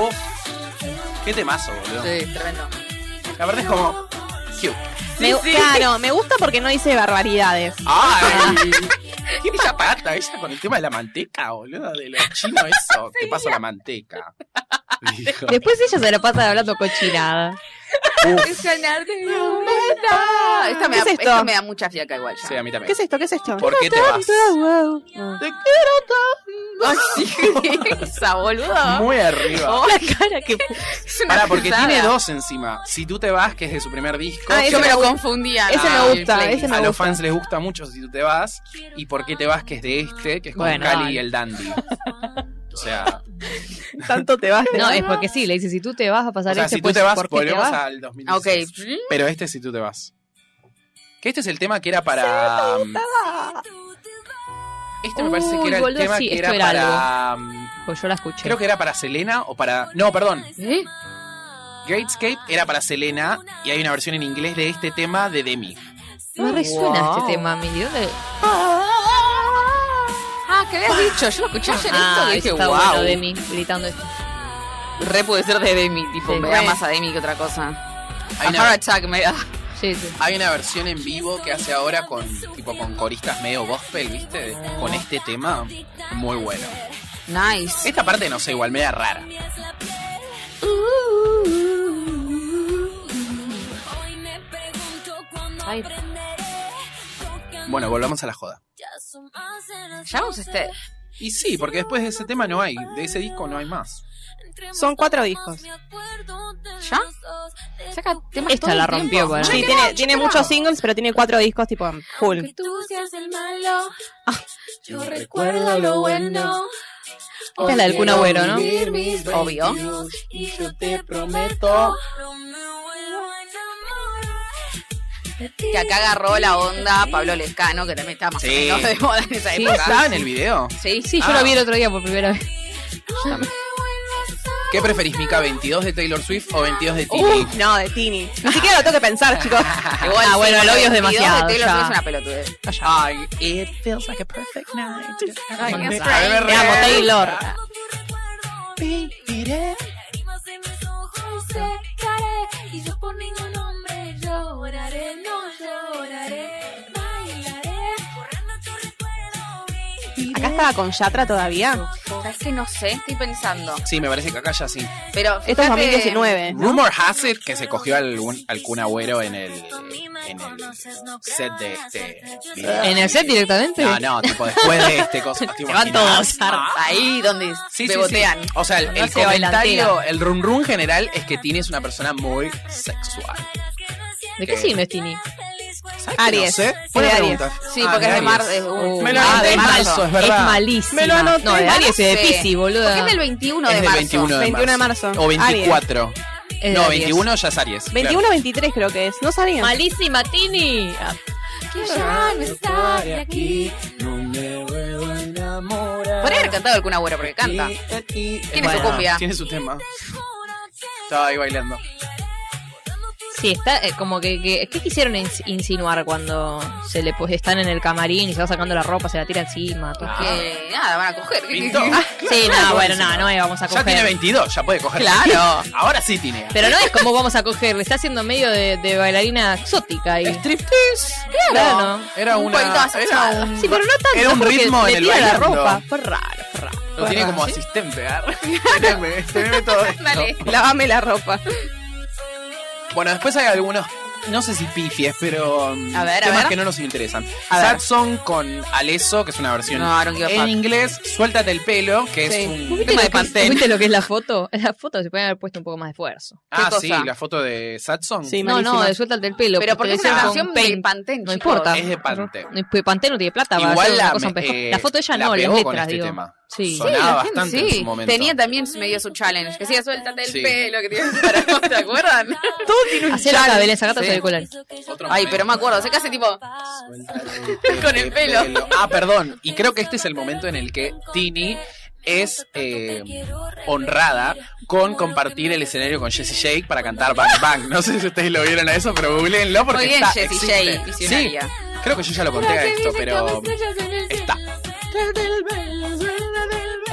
Uf. Qué temazo, boludo. Sí, tremendo. La verdad es como. cute. Me gu- Claro, me gusta porque no dice barbaridades. <laughs> ¡Ay! ¡Qué patata ella con el tema de la manteca, boludo! De los chinos, <laughs> eso. Te paso la manteca. Dijo. Después ella se la pasa hablando cochinada. Uf. Ganar de verdad. Ah, Esta me, ¿Qué da, es esto? esta me da mucha fiaca igual ya. Sí, a <laughs> mí ¿Qué también. es esto? ¿Qué es esto? ¿Por qué te vas? Wow. Te quiero Ay, sí, esa, boludo. tan- Muy arriba. Oh, la cara que. Para, porque tiene dos encima. Si tú te vas, que es de su primer disco. Ah, ese Yo me me lo gusta. confundía. Ese ¿no? me El gusta, playlist. ese me a los gusta. fans les gusta mucho si tú te vas. ¿Y por qué te vas? Que es de este, que es con Bueno, Cali dale. y el Dandy. O sea, Tanto te vas. No, es porque sí, le dice, si tú te vas a pasar o sea este, si tú pues, te vas, ¿por qué te volvemos vas? al 2016. Ok. Pero este si tú te vas. Que este es el tema que era para. mm, Este me parece que Uy, era el boludo, tema sí, que esto era era para. mm, Pues yo la escuché. Creo que era para Selena o para. No, perdón. ¿Eh? Greatscape era para Selena y hay una versión en inglés de este tema de Demi. No resuena Wow. este tema, Mili. ¿Dónde? Ah, ¿qué habías dicho? Yo lo escuché ayer esto y dije, Ah, está wow. bueno Demi gritando esto. Re puede ser de Demi, tipo, Sí. me da más a Demi que otra cosa. Hay A una- Heart Attack me da. Sí, sí. Hay una versión en vivo que hace ahora con tipo con coristas medio gospel, ¿viste? Con este tema. Muy bueno. Nice. Esta parte no sé, igual me da rara. Ay. Bueno, volvamos a la joda. Ya vamos a este. Y sí, porque después de ese tema no hay, de ese disco no hay más. Son cuatro discos. ¿Ya? Saca temas Esta todo la el tiempo. rompió, bueno. Sí, tiene, tiene muchos singles, pero tiene cuatro discos tipo full. Aunque tú seas el malo, ah, yo recuerdo lo bueno. Esta es la del Kun Agüero, ¿no? Obvio. Y yo te prometo. no me vuelvo a enamorar de ti. Que acá agarró la onda Pablo Lescano, que también estaba más o Sí. menos de moda en esa Sí, época. ¿Estaba en el video? Sí, Sí, yo Ah. lo vi el otro día por primera vez. ¿Qué preferís, Mica? ¿22 de Taylor Swift o 22 de Tini? Uh, no, de Tini. Ni siquiera lo tengo que pensar, <laughs> chicos. Igual, Ah, sí, bueno, el los obvio es 22 de demasiado, Taylor Swift ya. es una pelotudez. Ay, it feels like a perfect night. Ay, Ay, qué me- suave. me Te amo, re- Taylor. Tengo tu recuerdo, lágrimas en mis ojos secaré, y yo por ningún hombre lloraré, no lloraré, bailaré, borrando tu recuerdo, mi Acá estaba con Yatra todavía. Es que no sé, estoy pensando. Sí, me parece que acá ya sí. Pero Esto es fíjate- 2019. Rumor has it que se cogió al, al Kun Agüero en el, en el set de este video. ¿En el set directamente? No, <laughs> no, tipo después de este cosa. ¿te van imaginas? todos. Ahí donde Sí, sí, sí. bebotean. O sea, el, el se comentario, bailantea. el rum rum general es que Tini es una persona muy sexual. ¿De Eh. qué signo es Tini? ¿Sabes que Aries. No sé? Sí, Buena Aries. pregunta. Sí, Ah, porque es de mar. Aries. Uh, es un- Me lo ah, anoté de en marzo. marzo, es verdad. Es malísimo. Me lo anoté. No, de Aries es de Pisi, boludo. Porque es del 21 de Es del marzo. 21 de 21 de marzo. marzo. O 24. No, 21 ya es Aries. 21 23 creo que es. No sabía. Malísima, Tini. Ah, Que ya no está de aquí. Podría haber cantado algún agüero porque canta. Tiene Tiene su cumbia. Tiene su tema. Estaba ahí bailando. Sí, está eh, como que, que- ¿Qué quisieron ins- insinuar cuando se le pues están en el camarín y se va sacando la ropa, se la tira encima? todo? Ah. Que nada, van a coger. <laughs> Pintó. Ah. Sí, Claro, no, bueno, buenísimo. no, no eh, vamos a coger. Ya tiene 22, ya puede coger. Claro. <laughs> Ahora sí tiene. Pero no es como vamos a coger, le está haciendo medio de, de bailarina exótica ahí. Striptease. Claro. Eh, Era Un una. poquito era asexual. un- Sí, pero no tanto. Era un porque ritmo le en el tira la bailando. ropa. Fue raro, fue raro. Lo tiene como asistente. ¿ah? Teneme, teneme todo esto. Dale. Lavame la ropa. Bueno, después hay algunos, no sé si pifies, pero um, A ver, a temas ver. que no nos interesan. A ver. Sad Song con Alesso, que es una versión No, I don't give a en fuck. inglés, Suéltate el pelo, que Sí. es un... ¿Viste Tema lo, de que, Pantene. ¿Viste lo que es la foto? <laughs> En la foto se puede haber puesto un poco más de esfuerzo. Ah, cosa? sí, la foto de Sad Song. Sí, No, no, malísima. de suéltate el pelo. Pero porque es una le canción hicieron de con paint. Pantene, No chicos. importa. Es de Pantene. No, pues Pantene no tiene plata. va a Igual hacer una la, cosa mejor. eh, la foto de ella la no, las pegó con letras, este digo. tema. Sí. Sonaba la gente, bastante en su momento. Tenía también medio su challenge. Que decía, suéltate el Sí. pelo que tienes para ¿te <laughs> acuerdan? Todo tiene un Hacer acá, Belén, sacate Sí. el <laughs> collar. Otro Ay, pero me momento. acuerdo, se casi tipo. <laughs> Con el pelo. Ah, perdón. Y creo que este es el momento en el que Tini es eh, honrada con compartir el escenario con Jessie Jake para cantar Bang Bang. No sé si ustedes lo vieron a eso, pero googleenlo porque Muy bien, está, Jessie existe. J, visionaria. Sí, Creo que yo ya lo conté a esto, pero está.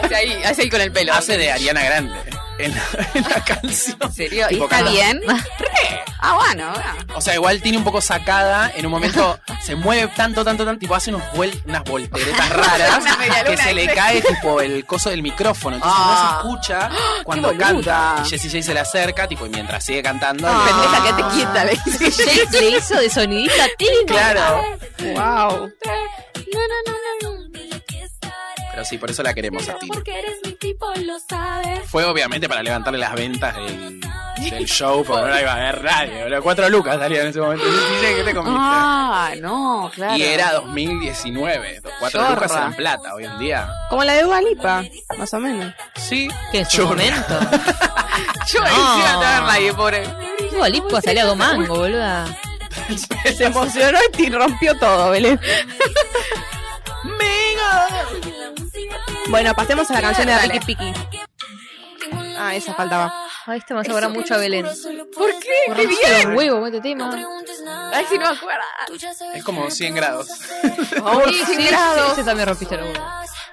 Hace ahí, hace ahí con el pelo. Hace de Ariana Grande en la, <laughs> en la canción. ¿En serio? ¿Y Tipo está cantando. <laughs> bien? Re. Ah, bueno. ah. O sea, igual tiene un poco sacada. En un momento se mueve tanto, tanto, tanto. Tipo, hace unos vuel- unas volteretas raras. <laughs> Una media que luna, se le ¿viste? cae, tipo, el coso del micrófono. Entonces Ah. no se escucha cuando <gasps> ¡Qué boluda! canta. Y Jessie J se le acerca, tipo, y mientras sigue cantando. Ah. el pendejo- Pendeja, quédate quieta, le dice. Jake le hizo de sonidista típico. Claro. Wow. "Ah". Pero sí, por eso la queremos a ti. Porque eres mi tipo, lo sabes. Fue obviamente para levantarle las ventas del, del show, porque no la iba a ver nadie. boludo. Cuatro lucas salía en ese momento. Jessie J, ¿qué te comiste? Ah, no, claro. Y era 2019. Cuatro Chorra. lucas eran plata hoy en día. Como la de Dualipa, más o menos. Sí. Que en su Chorra. momento. Yo No. encima te verla ahí, pobre. Hugo Lipko salía con mango, boluda. Se emocionó y rompió todo, Belén. Bueno, pasemos a la canción de Dale. Ricky Picky. Ah, esa faltaba. Ay, este me hace acordar mucho a Belén. ¿Por qué? ¡Qué Borracho de bien! huevo, este tema. Ay, si no me acuerdo. Es como 100 grados. Oh, Sí, sí, sí, grados. ese también rompiste el huevo.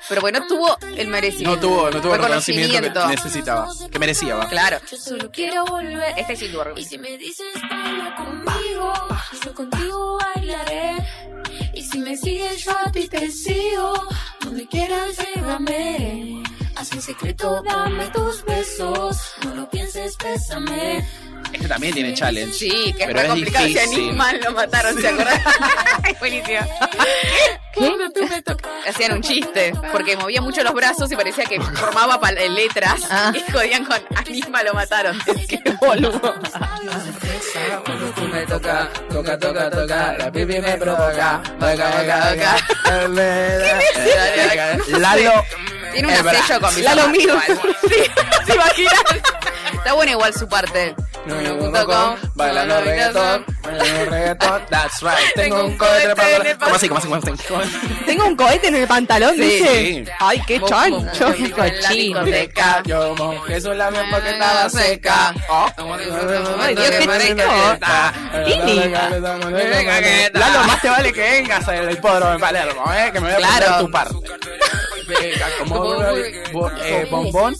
Pero bueno, tuvo el merecido. No tuvo, no tuvo el reconocimiento que Reconocimiento. necesitaba. Que merecía, va. Claro. Solo quiero volver. Este sí tuvo Y reconocimiento. si me dices baila conmigo, yo contigo bailaré. Y si me sigues yo a ti te sigo, donde quieras llévame. Haz un secreto, dame tus besos, no lo pienses, <laughs> pésame. Este también tiene challenge. Sí, que es Pero re es complicado. Si difícil. Anisman lo mataron, ¿se acuerdan? <laughs> Es buenísimo. Cuando tú me tocas, Hacían un chiste, porque movía mucho los brazos y parecía que formaba pal- eh, letras. Ah. Y jodían con Anisman lo mataron. <laughs> que Cuando tú me tocas, toca, toca, toca, la pipi pipi me provoca, boca, boca, boca. <laughs> Lalo. Tiene un Ebra. sello con mis Lalo zapatos mío. <laughs> igual. Sí, ¿se imaginan? Está buena igual su parte. Bailando reggaetón. Bailando reggaetón. That's right. Tengo un cohete en para. el ¿Cómo así? ¿Cómo así? ¿Cómo así? ¿Cómo así? Tengo un cohete en el pantalón, Sí. dice. Sí. Ay, qué chancho. Bum, bum, bum, en la Cochino. discoteca. Yo mojé su labio porque estaba seca. Oh. Ay, Dios, qué Tini. Lalo, más te vale que vengas al hipódromo en Palermo, eh, que me voy a Claro. poner tu parte. Venga, Como bo- eh, bombón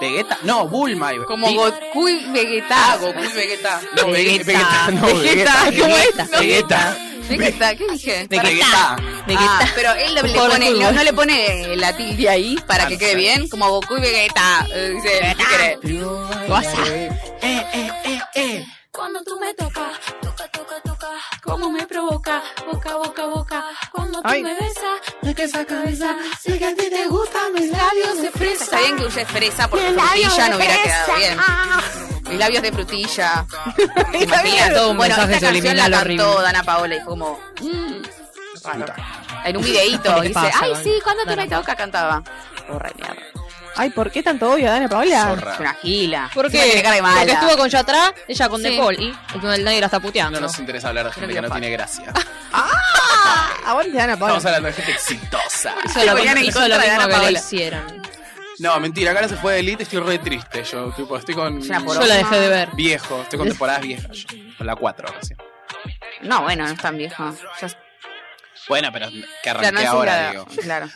y Vegeta. No, Bulma. y- Como y- Goku y Ah, Vegeta. Goku y Vegeta. No, Vege- Vegeta. No, Vegeta. ¿cómo es? Vegeta. Vegeta. Vegeta, ¿qué dije? De Vegeta. Ah, pero él le le Por pone, culo. no, no le pone eh, la tilde ahí para que Ah, quede sí. bien, como Goku y Vegeta. Eh, Dice, ¿qué querés? Cosa. Eh, eh, eh, eh. Cuando tú me tocas, toca, toca, toca, como me provoca, boca, boca, boca. Cuando tú Ay. me besas, me que esa cabeza, si que a ti te gustan mis labios de fresa. Está bien que use fresa porque frutilla no hubiera quedado bien. Mis labios de <laughs> frutilla. Imagina todo un bueno, mensaje esta canción la subliminal horrible. cantó Dana Paola y fue como en <laughs> un videíto ¿Qué dice, pasa, ay Dani? sí, cuando tú Dana me toca cantaba. Porra, mierda. Ay, ¿por qué tanto odio a Dana Paola? Es Zorra. una gila. ¿Por Encima qué? tiene cara de Porque mala. estuvo con yo atrás, ella con Sí. De Paul y y con el nadie la está puteando. No nos interesa hablar de gente que no tiene gracia. Aguante Dana Estamos Paola. hablando de gente exitosa. Hizo lo, Ponían en hizo contra lo de Ana mismo que le Paola. hicieron. No, mentira, ahora se fue de Elite, estoy re triste. Yo, tipo, estoy con Ya, por- Yo la dejé de ver. viejo, estoy con temporadas viejas. yo, Con la 4 recién. No, bueno, no es tan viejo. Ya, Bueno, pero que o sea, arranqué no es ahora, una- digo. Claro.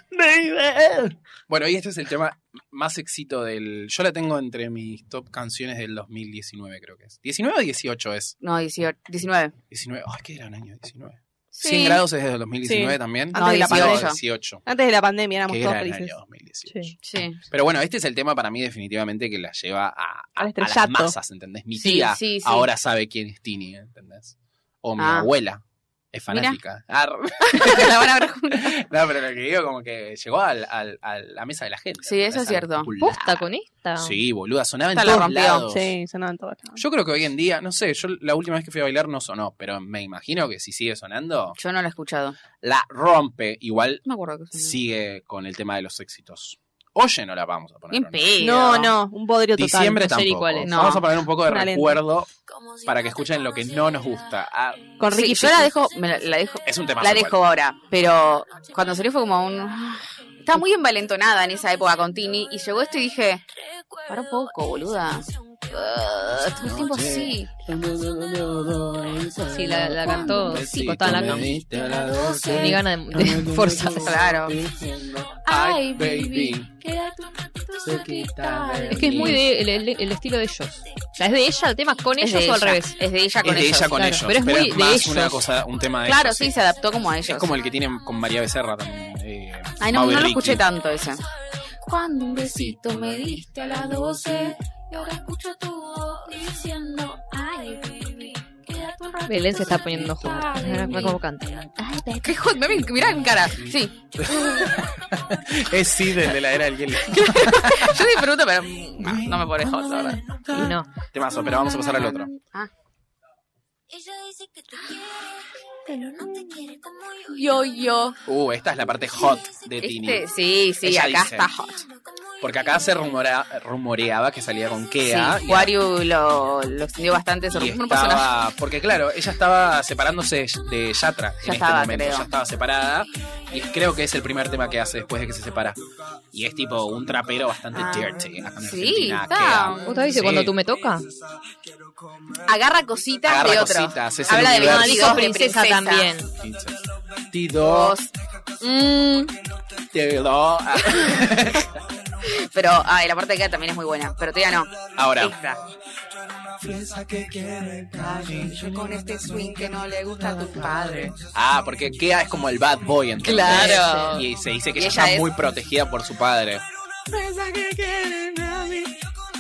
Bueno, y este es el tema más éxito del. Yo la tengo entre mis top canciones del 2019, creo que es. ¿19 o 18 es? No, 18, 19. 19. Ay, que era un año 19. Sí. 100 grados es del 2019 también. Antes de la 18, pandemia. 18. Antes de la pandemia éramos Que todos era el felices. año 2018. Sí. <laughs> Sí. Pero bueno, este es el tema para mí definitivamente que la lleva a, a- a Al las estrellato. masas, ¿entendés? Mi Sí, tía sí, sí. ahora sabe quién es Tini, ¿entendés? O mi Ah. abuela es Mira. fanática. Ar. La van a ver juntos. <laughs> no, pero lo que digo como que llegó al, al- a la mesa de la gente. Sí, eso ¿entendés? es cierto. Popular. ¿Posta con esta? Sí, boluda, sonaba en Esta la todos rompió. lados. Sí, sonaban todas. Yo creo que hoy en día, no sé, yo la última vez que fui a bailar no sonó, pero me imagino que si sigue sonando, Yo no la he escuchado. No la rompe. Igual me acuerdo que sigue con el tema de los éxitos. Oye, no la vamos a poner. ¿o Bien no? pedo. No, no, un bodrio total. Diciembre no sé ni tampoco. cuál es. No. Vamos a poner un poco de Una lenta. recuerdo para Para que escuchen lo que no nos gusta. Ah, Con Sí, Ricky yo la dejo, me la, la dejo, es un tema. la igual. dejo ahora, pero cuando salió fue como un Ah, estaba muy envalentonada en esa época con Tini y llegó esto y dije, para un poco, boluda. ah, todo el tiempo así. Sí, la, la cantó. Sí, estaba en la cama. Ni Digan, gana de, de forzar. <laughs> Claro. Ay, baby. Quédate un ratito cerquita de Es que es mí. muy de- el, el- el estilo de ellos. O sea, es de ella el tema con Es ellos de o al ella. revés. Es de ella Es con de ellos. ella con claro. ellos, Pero es pero muy es de más ellos. una cosa, un tema de Claro, ellos, sí, se adaptó como a ellos. Es como el que tienen con María Becerra también. eh, Ay, no, no lo Maverick. escuché tanto ese. Cuando un besito me diste a las 12 y ahora escucho tu voz diciendo ay baby. quédate un ratito Belén se está poniendo junto. cerquita de Mira mí. cómo canta. <laughs> Qué hot, mirá mi- mirá mi cara. Sí, Es sí, desde la era del hielo. yo disfruto, pero mm, no, no me pones hot, la verdad. Y no. Temazo, pero vamos a pasar al otro. Ah. Ella dice que te quiere, pero no te quiere como yo. Yo, yo. Uh, esta es la parte hot de Tini. Este, sí, sí, Ella acá dice. está hot. Porque acá se rumora, rumoreaba que salía con Kea. Sí, y- Wario lo, lo extendió bastante. Se y rompió un personaje. estaba, porque claro, ella estaba separándose de Yatra en este estaba, momento. creo. Ya estaba separada. Y creo que es el primer tema que hace después de que se separa. Y es tipo un trapero bastante Ah. dirty. acá en Sí, Argentina, está. Kea. ¿Vos te dice Sí. cuando tú me tocas? Agarra cositas Agarra de otro. cositas, es el Habla de universo. No, vestidos Ah, dijo de princesa, también. Tido, Dos. Mm, tido. Ah. <laughs> pero ay, la parte de acá también es muy buena. Pero todavía no. Ahora. Esta. Con este swing que no le gusta a tu padre. Ah, porque Kea es como el bad boy, ¿entendés? Claro. Y se dice que Y ella ella está es- muy protegida por su padre.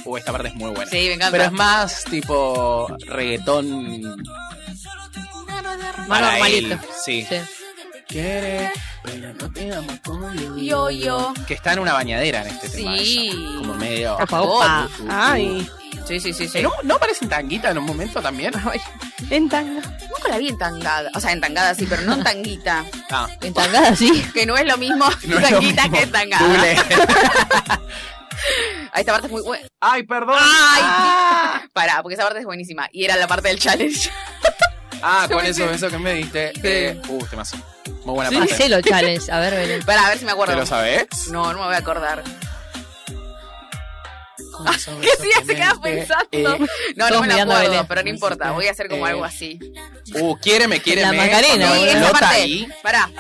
Uh, esta parte es muy buena. Sí, me encanta. Pero es más tipo reggaetón. Más para normalito. él. Sí. Sí. Quiere, pero no te ama como yo. Yo, yo. Que está en una bañadera en este tema. Sí. ella. Como medio. Opa, opa. Uh, uh, uh. Ay, Sí, sí, sí, sí. Eh, ¿No, ¿No parecen tanguita en un momento también? en tanga. Nunca la vi entangada. O sea, entangada sí, pero no en tanguita. Ah, Entangada, sí. Que no es lo mismo no es lo tanguita mismo. que entangada. Doble. <laughs> Ah, Esta parte es muy buena. Ay, perdón. ¡Ay! Ah. <laughs> Pará, porque esa parte es buenísima. Y era la parte del challenge. <laughs> Ah, Yo con me eso, eso que me diste. Eh, uh, te Muy buena parte. Hacelo, challenge. A ver, Belén. Pará, a ver si me acuerdo. ¿Te lo sabés? No, no me voy a acordar. Ah, <laughs> Que sí, se queda pensando. Eh, No, no Todos me lo mirando a acuerdo, Belén. pero no importa. Voy a hacer como Eh, algo así. Uh, quiéreme, quiéreme. La Macarena, Cuando boludo. esa Nota parte. ahí. Pará.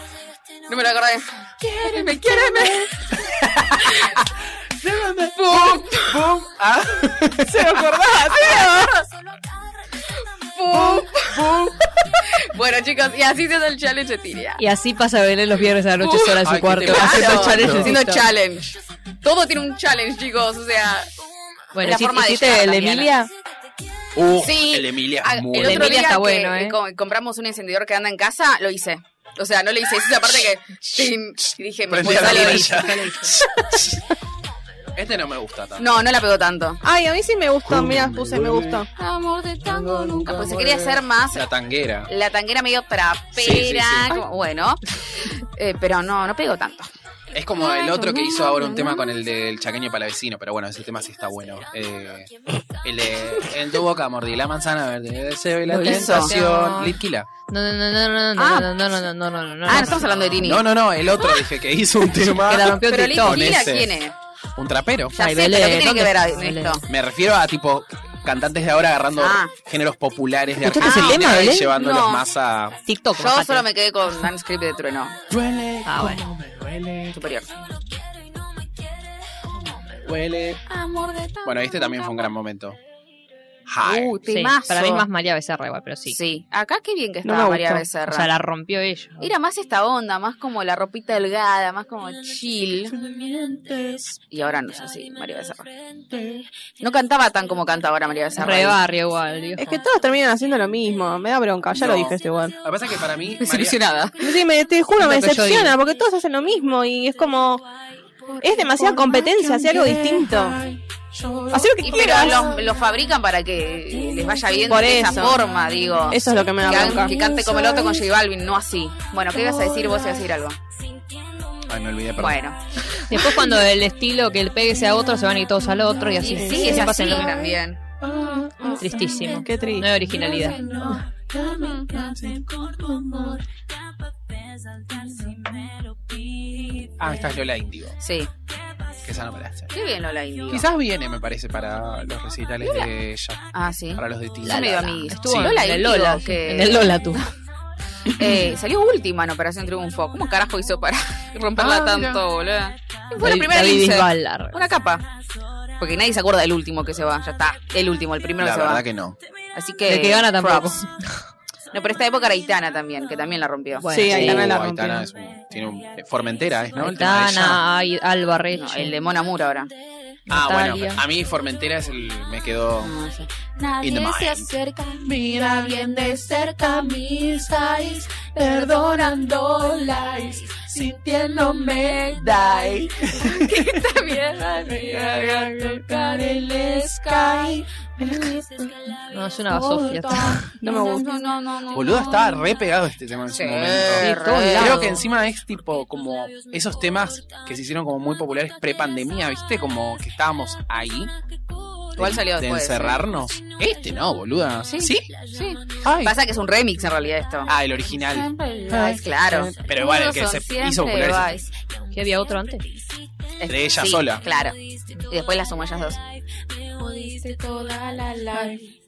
No me lo acordé. Quiéreme, quiéreme. Pum, Pum. Ah. ¿Se lo acordás? <laughs> Pum, pum. <laughs> Bueno, chicos, y así se hace el challenge de Tiria. Y así pasa Belén los viernes a la noche Uf, sola ay, en su qué cuarto. temor. Haciendo Claro, challenge. haciendo listo. challenge. Todo tiene un challenge, chicos. O sea, Bueno, La ¿hici- forma de ¿hiciste llegar el de también. Emilia? Uh, Sí. el de Emilia Ah, es muy el de otro Emilia día está que bueno, ¿eh? co- compramos un encendedor que anda en casa, lo hice. O sea, no le hice es esa parte que tin, y dije, me Prendí puedo la salir. villa. <laughs> Este no me gusta tanto. No, no la pegó tanto. Ay, a mí sí me gustó, mira, puse me gustó. Amor de tango nunca. Ah, Porque se quería hacer más La tanguera. la tanguera medio trapera, Sí, sí, sí. como- bueno, Eh, pero no, no pegó tanto. Es como el otro que hizo ahora un tema con el del chaqueño palavecino, pero bueno, ese tema sí está bueno. Eh, el de En tu boca mordí la manzana verde, el deseo y la Lo hizo. tentación. Litquila. No, no, no, no, no, Ah. no, no, no, no, no, no, no. Ah, no estamos hablando de Tini. No, no, no, el otro dije que hizo un tema. <laughs> Que la rompió pero TikTok. Lil Gila, ese. ¿quién es? Un trapero. Ya Ay, sé, Belén, pero ¿qué tiene ¿dónde que ver está en Belén? esto? Me refiero a tipo cantantes de ahora agarrando Ah. géneros populares de ¿Escuchaste ese Argentina tema, Ah. y Belén? llevándolos No. más a TikTok. Yo bajate. solo me quedé con Dan Script de Trueno, Duele, Ah, bueno. cómo me duele, superior. duele. Amor de tango. Bueno, este también fue un gran momento. Hi. Uh, Sí, temazo. para mí es más María Becerra igual, pero sí. Sí. Acá qué bien que No estaba me María gustó. O Becerra. sea, la rompió ella. Era más esta onda, más como la ropita delgada, más como chill. Y ahora no es así, María Becerra. No cantaba tan como canta ahora María Becerra. Re barrio igual, viejo. Es que todos terminan haciendo lo mismo, me da bronca, ya No. lo dije este igual. Lo que pasa es que para mí, María, Desilusionada. Sí, me, te Es juro, lo me que yo decepciona, digo. porque todos hacen lo mismo y es como... Es demasiada competencia, hacer algo distinto. Hacer lo que Y pero quieras. los, los fabrican para que les vaya bien Por de esa eso. forma, digo. Eso es lo que me que, da hagan- bronca. que cante como el otro con J Balvin, no así. Bueno, ¿qué ibas a decir? Vos ibas a decir algo. Ay, me olvidé, perdón. Bueno. Después cuando el estilo que el pegue sea otro, se van y todos al otro y así. Y sí, es Siempre así hacen lo mismo. también. Tristísimo. Qué No triste. hay originalidad. Ah, esta es Lola Indigo. Sí. Esa no me la sé. Qué bien Lola Indigo. Quizás viene, me parece, para los recitales de ella. Ah, sí. Para los de Tila. Yo no iba a mi... Estuvo Sí. en Lola el Indigo, Lola. que- En el Lola <laughs> tú. Eh, salió última en Operación Triunfo. ¿Cómo carajo hizo para <laughs> romperla Ah, mira. tanto, boludo? Y Fue la David- primera que David hice. Bisbal, larga. Una capa. Porque nadie se acuerda del último que se va. Ya está. El último, el primero La que se va. verdad que no. Así que. De que gana tampoco. props. No, pero esta época era Aitana también, que también la rompió. Bueno, sí, ahí Uh, también la Aitana rompió. es un- tiene un, eh, Formentera, ¿es, no? El tema de ella. Tana, ay, Alba Reche. No, el de Mona Moore ahora. Ah, Natalia. bueno, a mí Formentera es el. Me quedó. No, sí. In the Nadie mind. se acerca, mira bien de cerca mis eyes, perdonando lies, sintiéndome die. También tocar el sky. No, es una basofia. No me gusta. No, no, no, no. Boludo, estaba re pegado este tema en su Sí, momento. re. Creo que encima es tipo como esos temas que se hicieron como muy populares pre-pandemia, ¿viste? Como que estábamos ahí. Igual de- salió De después, encerrarnos. Este no, boluda. ¿Sí? Sí. Sí. Ay. Pasa que es un remix en realidad esto. Ah, el original. Ay, claro. Pero igual, el que se hizo popular es ¿Qué había otro antes? De ella sola. Claro. Y después las sumó ellas dos. Jodiste toda la life.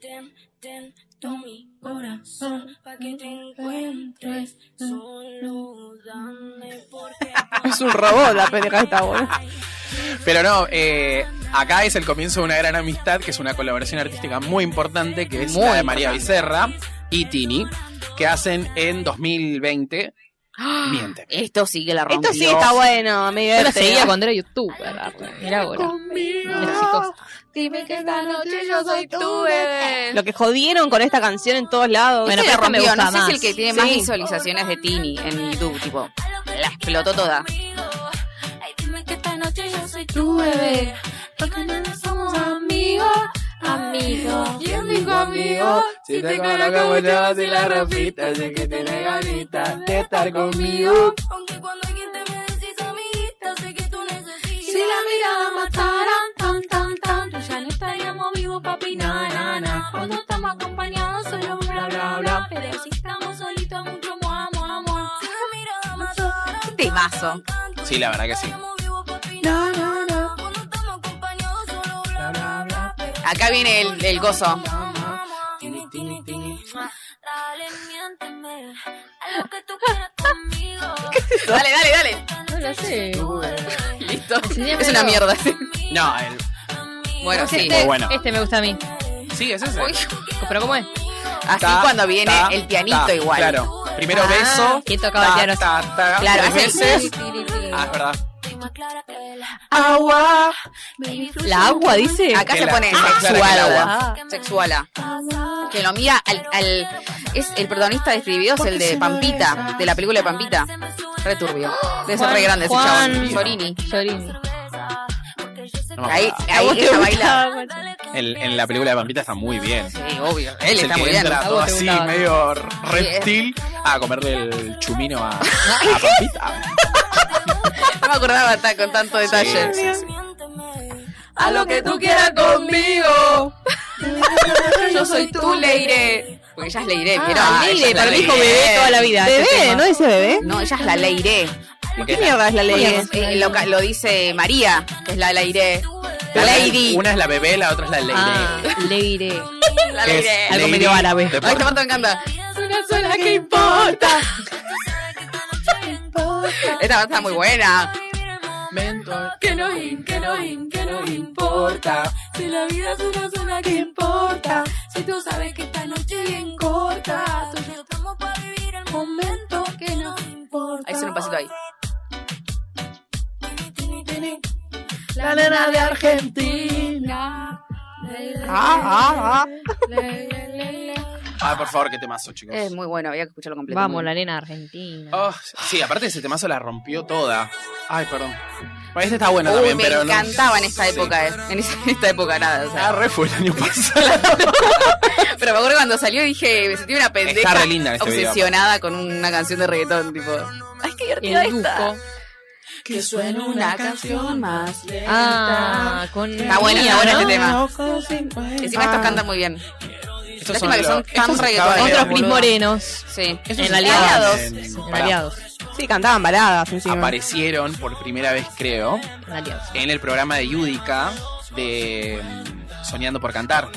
Todo mi corazón pa' que te encuentres solo dame porque Es un robot la pendeja esta, boludo. este. Pero no, eh, acá es el comienzo de una gran amistad, que es una colaboración artística muy importante, que es Muy la de María importante. Becerra y Tini, que hacen en 2020. ¡Ah! Miente. Esto sí que la rompió. Esto sí está bueno, me Yo la divierte. seguía cuando era youtuber. larga. Mira ahora. Exitosa. <laughs> Dime que esta noche yo soy tu bebé. Lo que jodieron con esta canción en todos lados. Bueno, Este pero la esta me gusta rompió. No sé si más. el que tiene más Sí. visualizaciones de Tini en YouTube, tipo. La explotó toda. Ay, dime que esta noche yo soy tu bebé. Porque no somos amigos, amigos. Y amigo, amigo. Si te conozco yo, si la repita, sé que tienes ganitas de estar conmigo. Aunque cuando alguien te me decís amiguita, sé que tú necesitas. Si la mirada matara, tan, tan, tan, yo ya no estaríamos vivos, papi, na, na, na. Cuando estamos acompañados, solo bla, bla, bla. Pero si estamos solitos, mucho más, más, más. Si la mirada matara, Qué temazo. Sí, la verdad que sí. Na, na, na. Cuando estamos acompañados, solo bla, bla, bla. Acá viene el, el gozo. Tini, tini, tini. Dale, miénteme. A lo que tú quieras conmigo. Dale, dale, dale. No lo sé. Listo. Es una mierda. sí. No, el- Bueno, sí. Muy bueno. Este me gusta a mí. sí, es ese. ¿Pero cómo es? Así Ta, cuando viene ta, el pianito ta. igual. Claro. Primero Ah, beso. ¿quién tocaba el ta, piano? ta, ta, Claro, tres hace- veces. Ah, es verdad. Estoy más clara que la Agua. baby fluye La agua, dice. Acá Que se la- pone más clara que el sexual. agua. Ah. Sexuala. agua. Que lo mira al, al- Es el protagonista de este video, es el de Pampita, de la película de Pampita. Re turbio. Debe ser Juan- re grande ese Juan- chabón. Sorini. Sorini. No me Ahí, acuerdo. ahí ella baila. En, en la película de Pampita está muy <laughs> bien. Sí, obvio. Es Él el está que muy bien. entra A todo vos te así, gustaba. medio reptil, a comerle el chumino <laughs> a, a Pampita. No me acordaba ta- con tanto detalle. Sí, sí, sí. A lo que tú quieras conmigo. Yo soy tu Leire. Porque ella es Leire, que era. Ah, ella Leire, es la para mí dijo Leire. bebé toda la vida. Bebé, ¿no dice bebé? No, ella es la Leire. Porque ¿Qué mierda es la ley? Porque, eh, lo, ca- lo dice María, que es la Leire. La Leiri. Una es la bebé, la otra es la lady. Ah, Leire. La Que es Leire. Algo medio lady árabe. de Ay, por- este me encanta. ¿Qué importa? Esta está muy buena. Que no, im- que no, im- que no importa. Si la vida es una sola, que importa? Si tú sabes que esta noche es bien corta. Tú y yo estamos para vivir el momento que no importa. Ahí suena un pasito ahí. Tini, tini. La nena de Argentina. Le, le, le, le, le, le. Ah, por favor, qué temazo, chicos. Es muy bueno, había que escucharlo completo. Vamos, la nena argentina. Oh, sí, aparte ese temazo la rompió toda. Ay, perdón. Bueno, este está bueno Uy, también, me pero no. encantaba en esta Sí. época, eh. en esa- esta época nada. o sea. Ah, re fue el año pasado. Pero me acuerdo cuando salió dije, me sentí una pendeja re linda en este video. obsesionada con una canción de reggaetón, tipo. Ay, qué divertida El esta. Duco. Que suena una canción más. Ah, con. Está bueno, está bueno ¿no? este tema. Encima Ah. estos cantan muy bien. Estos Lástima que son estos tan se reggaetoneros, acaban de Otros ver, Pris boludo. Morenos. Sí. Estos En se Aliados. acaban de- En Pará. aliados. Sí, cantaban baladas encima. aparecieron por primera vez, creo, Alianza. en el programa de Yudica de mm, Soñando por Cantar.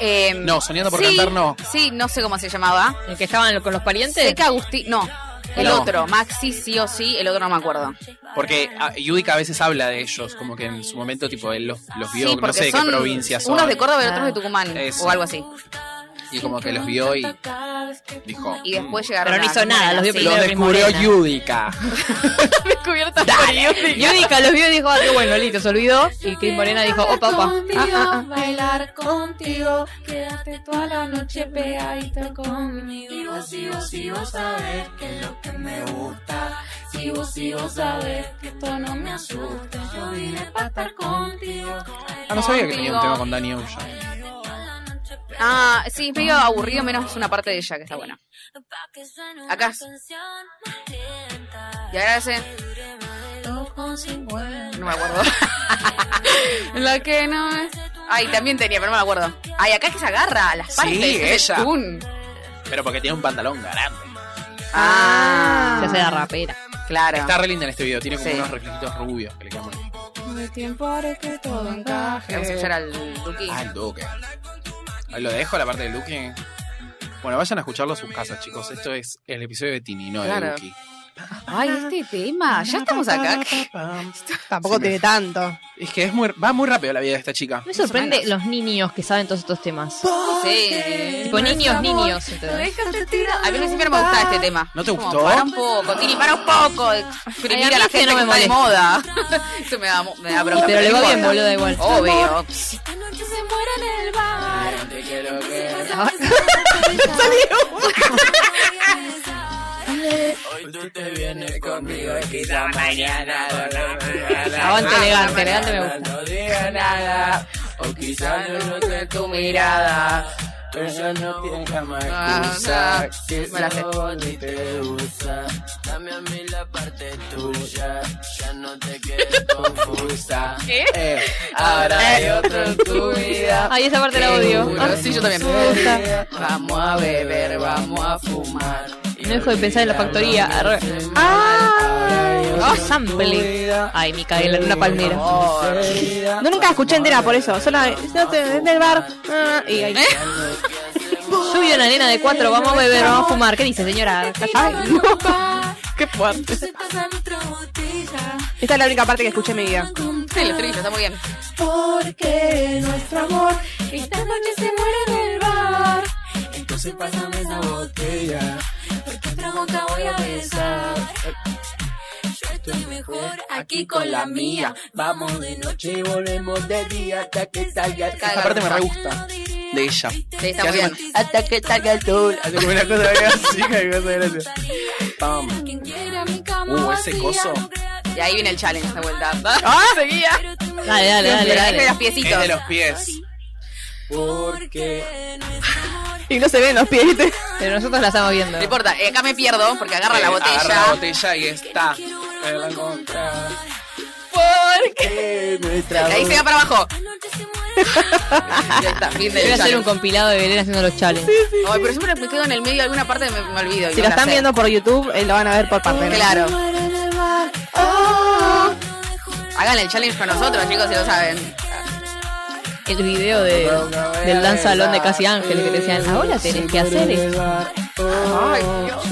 Eh, No, Soñando por sí, Cantar no. Sí, no sé cómo se llamaba. El que estaban con los parientes. Sé que Agustín. No. El No. otro, Maxi sí o sí, el otro no me acuerdo. Porque ah, Yudica a veces habla de ellos, como que en su momento, tipo, él los, los vio, sí, no sé de qué provincia son. unos de Córdoba y Ah. otros de Tucumán Eso. o algo así. y como que los vio y dijo. Y después "Mm, llegaron Pero no a- hizo nada, los vio Sí. Lo Leo descubrió Morena". Yudica. descubierta por Dios. Yudica los vio y dijo, ah, qué bueno, listo, se <laughs> olvidó. Y Cris Morena dijo, opa, opa. Ah, ah, ah. Bailar contigo, quédate toda la noche pegadita conmigo. Y vos, y vos, y vos sabés que es lo que me gusta. Si vos, y vos sabés que esto no me asusta. Yo vine para estar contigo. Ah, no sabía que tenía un tema con Dani Ocean. Ah, sí, es medio aburrido, menos una parte de ella que está buena. Acá. Y ahora ese, no me acuerdo. <laughs> La que no es. Ay, también tenía, pero no me acuerdo. Ay, acá es que se agarra a las Sí, partes. es el ella. tun. Pero porque tiene un pantalón grande. Ah, Se hace la rapera. claro. Está re linda en este video, tiene como Sí. unos reflejitos rubios que le quedan. muy- Vamos a escuchar al Duki. Ah, el Duque. Ahí Lo dejo la parte del Duque. Bueno, vayan a escucharlo a sus casas, chicos. Esto es el episodio de Tini, no Claro. de Duki. Ay, este tema. Ya estamos acá. Tampoco Sí, me- tiene tanto. Es que es muy, va muy rápido la vida de esta chica. Me sorprende los niños que saben todos estos temas. Sí. Tipo niños, niños. ¿entendés? A mí no siempre me gustaba este tema. ¿No te Como, gustó? para un poco, Tini, para un poco. Ay, Exprimir a a mí la este gente no que me está de molesta. moda. <laughs> Eso me da, mo- me da bronca. Pero le va bien, igual. boludo, igual. Obvio. Avante elegante, elegante me gusta. Ah, ah, me la sé. <laughs> ¿Qué? Eh, Ahora hay otro en tu vida. Eh. <laughs> Ay, esa parte la odio. Ah, sí, yo también. Me gusta. Vamos a beber, vamos a fumar. No dejo de pensar en la factoría. Arre. Ah, Oh, sample. Ay, Micaela, en una palmera. no nunca la escuché entera por eso. Solo no te- en el bar. ah, y ahí. Yo vi una nena de cuatro, vamos a beber, vamos a fumar. ¿Qué dice, señora? Ay, no. Qué pues fuerte. Esta es la única parte que escuché en mi vida. Sí, el estribillo, está muy bien. Porque nuestro amor esta noche se muere en el bar. Entonces pásame esa botella. Porque otra boca voy a besar. Yo estoy mejor aquí con la mía. Vamos de noche y volvemos de día hasta que salga el Esta Claro, parte me re está. gusta. De ella. Sí, está Que muy hace bien. mal- Hasta que salga el sol. Hace como una cosa chica y cosa graciosa. Pam. Uh, ese coso. Y ahí viene el challenge esta <laughs> vuelta. ¡Ah! Seguía. Dale, dale, dale, de dale. los Es piecitos. de los pies. Eh, Y no se ven los pies, ¿viste? Pero nosotros la estamos viendo. No importa, eh, acá me pierdo porque agarra la Eh, botella. Agarra la botella y está. <laughs> Y ahí se va <laughs> para abajo. ya está, fin del Voy a hacer challenge. un compilado de Belén haciendo los challenges. Ay, pero siempre me quedo en el medio de alguna parte me, me olvido. y Si lo no la están sé. viendo por YouTube, eh, lo van a ver por parte. ¿no? Claro. Hagan el challenge con nosotros, chicos, si lo saben. El video de, del danzalón de Casi Ángel que te decían, ahora tenés que hacer esto. Ay, Dios.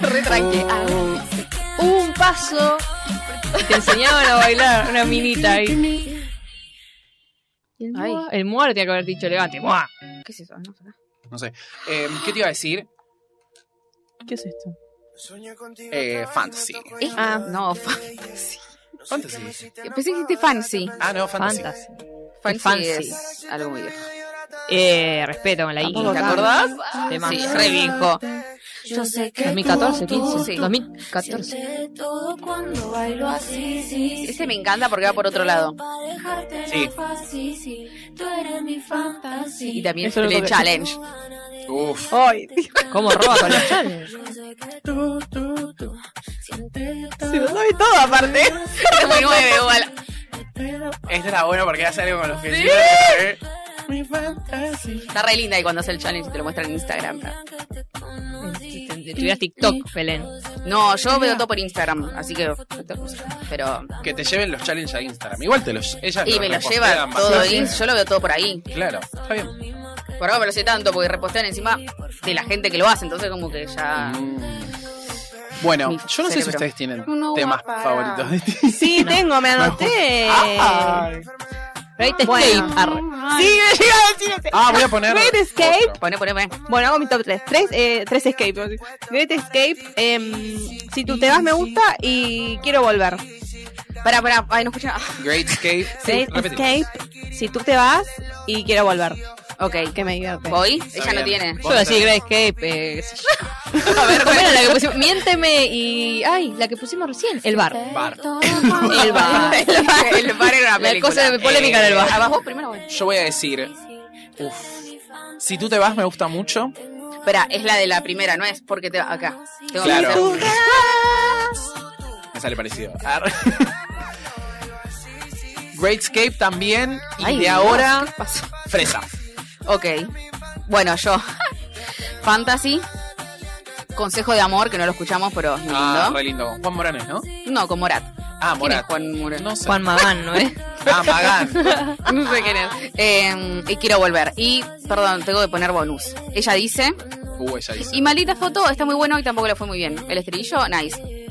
Re tranqui. Ah, Un paso. Te enseñaban a bailar una minita ahí. Ay. El muerte tiene que haber dicho elegante. ¡Mua! ¿Qué es eso? No sé. No sé. Eh, ¿Qué te iba a decir? ¿Qué es esto? Eh, fantasy. Eh, Ah. no, fantasy. Fantasy. Pensé que dijiste fancy. Ah, no, fantasy. Fantasy. Fancy, Fancy. es algo muy viejo. Eh, respeto con la I. Tampoco ¿Te tanto. acordás? Sí, Tema. re viejo. Yo sé que 2014, tú, tú, 15, Sí. 2014. Siente todo cuando bailo así, sí. Ese me encanta porque va por otro lado. Sí. Sí. Fácil, sí. Tú eres mi fantasía. Y también Eso lo el toqué. challenge. <laughs> Uf. Ay, ¿Cómo roba con los <laughs> challenges? Yo sé que tú, tú, tú. Siente todo. si lo sabe todo aparte. Es muy nueve, igual. Esta era buena porque hace algo con los pies. Mi fantasy. Está re linda y cuando hace el challenge te lo muestra en Instagram. Si tuvieras TikTok, Belén. No, yo veo todo por Instagram, así que. Pero. Que te lleven los challenges a Instagram. Igual te los. Ellas Y los me lo repostean lleva bastante. todo ahí, yo lo veo todo por ahí. Claro, está bien. Por ahora me lo sé tanto, porque repostean encima de la gente que lo hace, entonces como que ya. Mm. Bueno, Mi yo no sé si cerebro. ustedes tienen Uno temas guapa. favoritos de ti. Sí, tengo, me anoté. Ay. Great Bueno. Escape, arre. Sí, me llega a decir ese. Ah, voy a poner. Great Escape. otro. Poné, poné, poné. Bueno, hago mi top 3. Tres, eh, tres Escape. vamos a decir. Great Escape, em, si tú te vas me gusta y quiero volver. Pará, pará, ay, no escucha. Great Escape. Great Repetí. Escape, si tú te vas y quiero volver. Ok, Que me divierte. voy, Está ella no bien. tiene. Yo voy a decir Great Escape. eh, qué sé <laughs> yo. A ver, ¿cómo era la que pusimos? Miénteme y. Ay, la que pusimos recién. El Mm, bar. Bar. <laughs> <laughs> El bar. El bar, <laughs> <laughs> el bar era una La película. Eh, cosa de polémica del bar. Abajo primero voy. Yo voy a decir. Uf. Si tú te vas, me gusta mucho. Espera, es la de la primera, no es porque te va acá. Tengo que Claro. hacer un- Me sale parecido. Ar- <laughs> Great Escape también. Y Ay, de Dios, ahora, ¿qué pasó? Fresa. Ok. <laughs> Bueno, yo. Fantasy. Consejo de amor, que no lo escuchamos, pero es muy Ah, lindo. re lindo. Juan Moranes, ¿no? No, con Morat. Ah, ¿Quién es Morat. Juan Morat? No sé. Juan Magán, ¿no es? Ah, Magán. <laughs> No sé quién es. Eh, y quiero volver. Y, perdón, tengo que poner bonus. Ella dice. Uh, ella dice. Y maldita foto, está muy bueno y tampoco le fue muy bien. El estribillo, nice.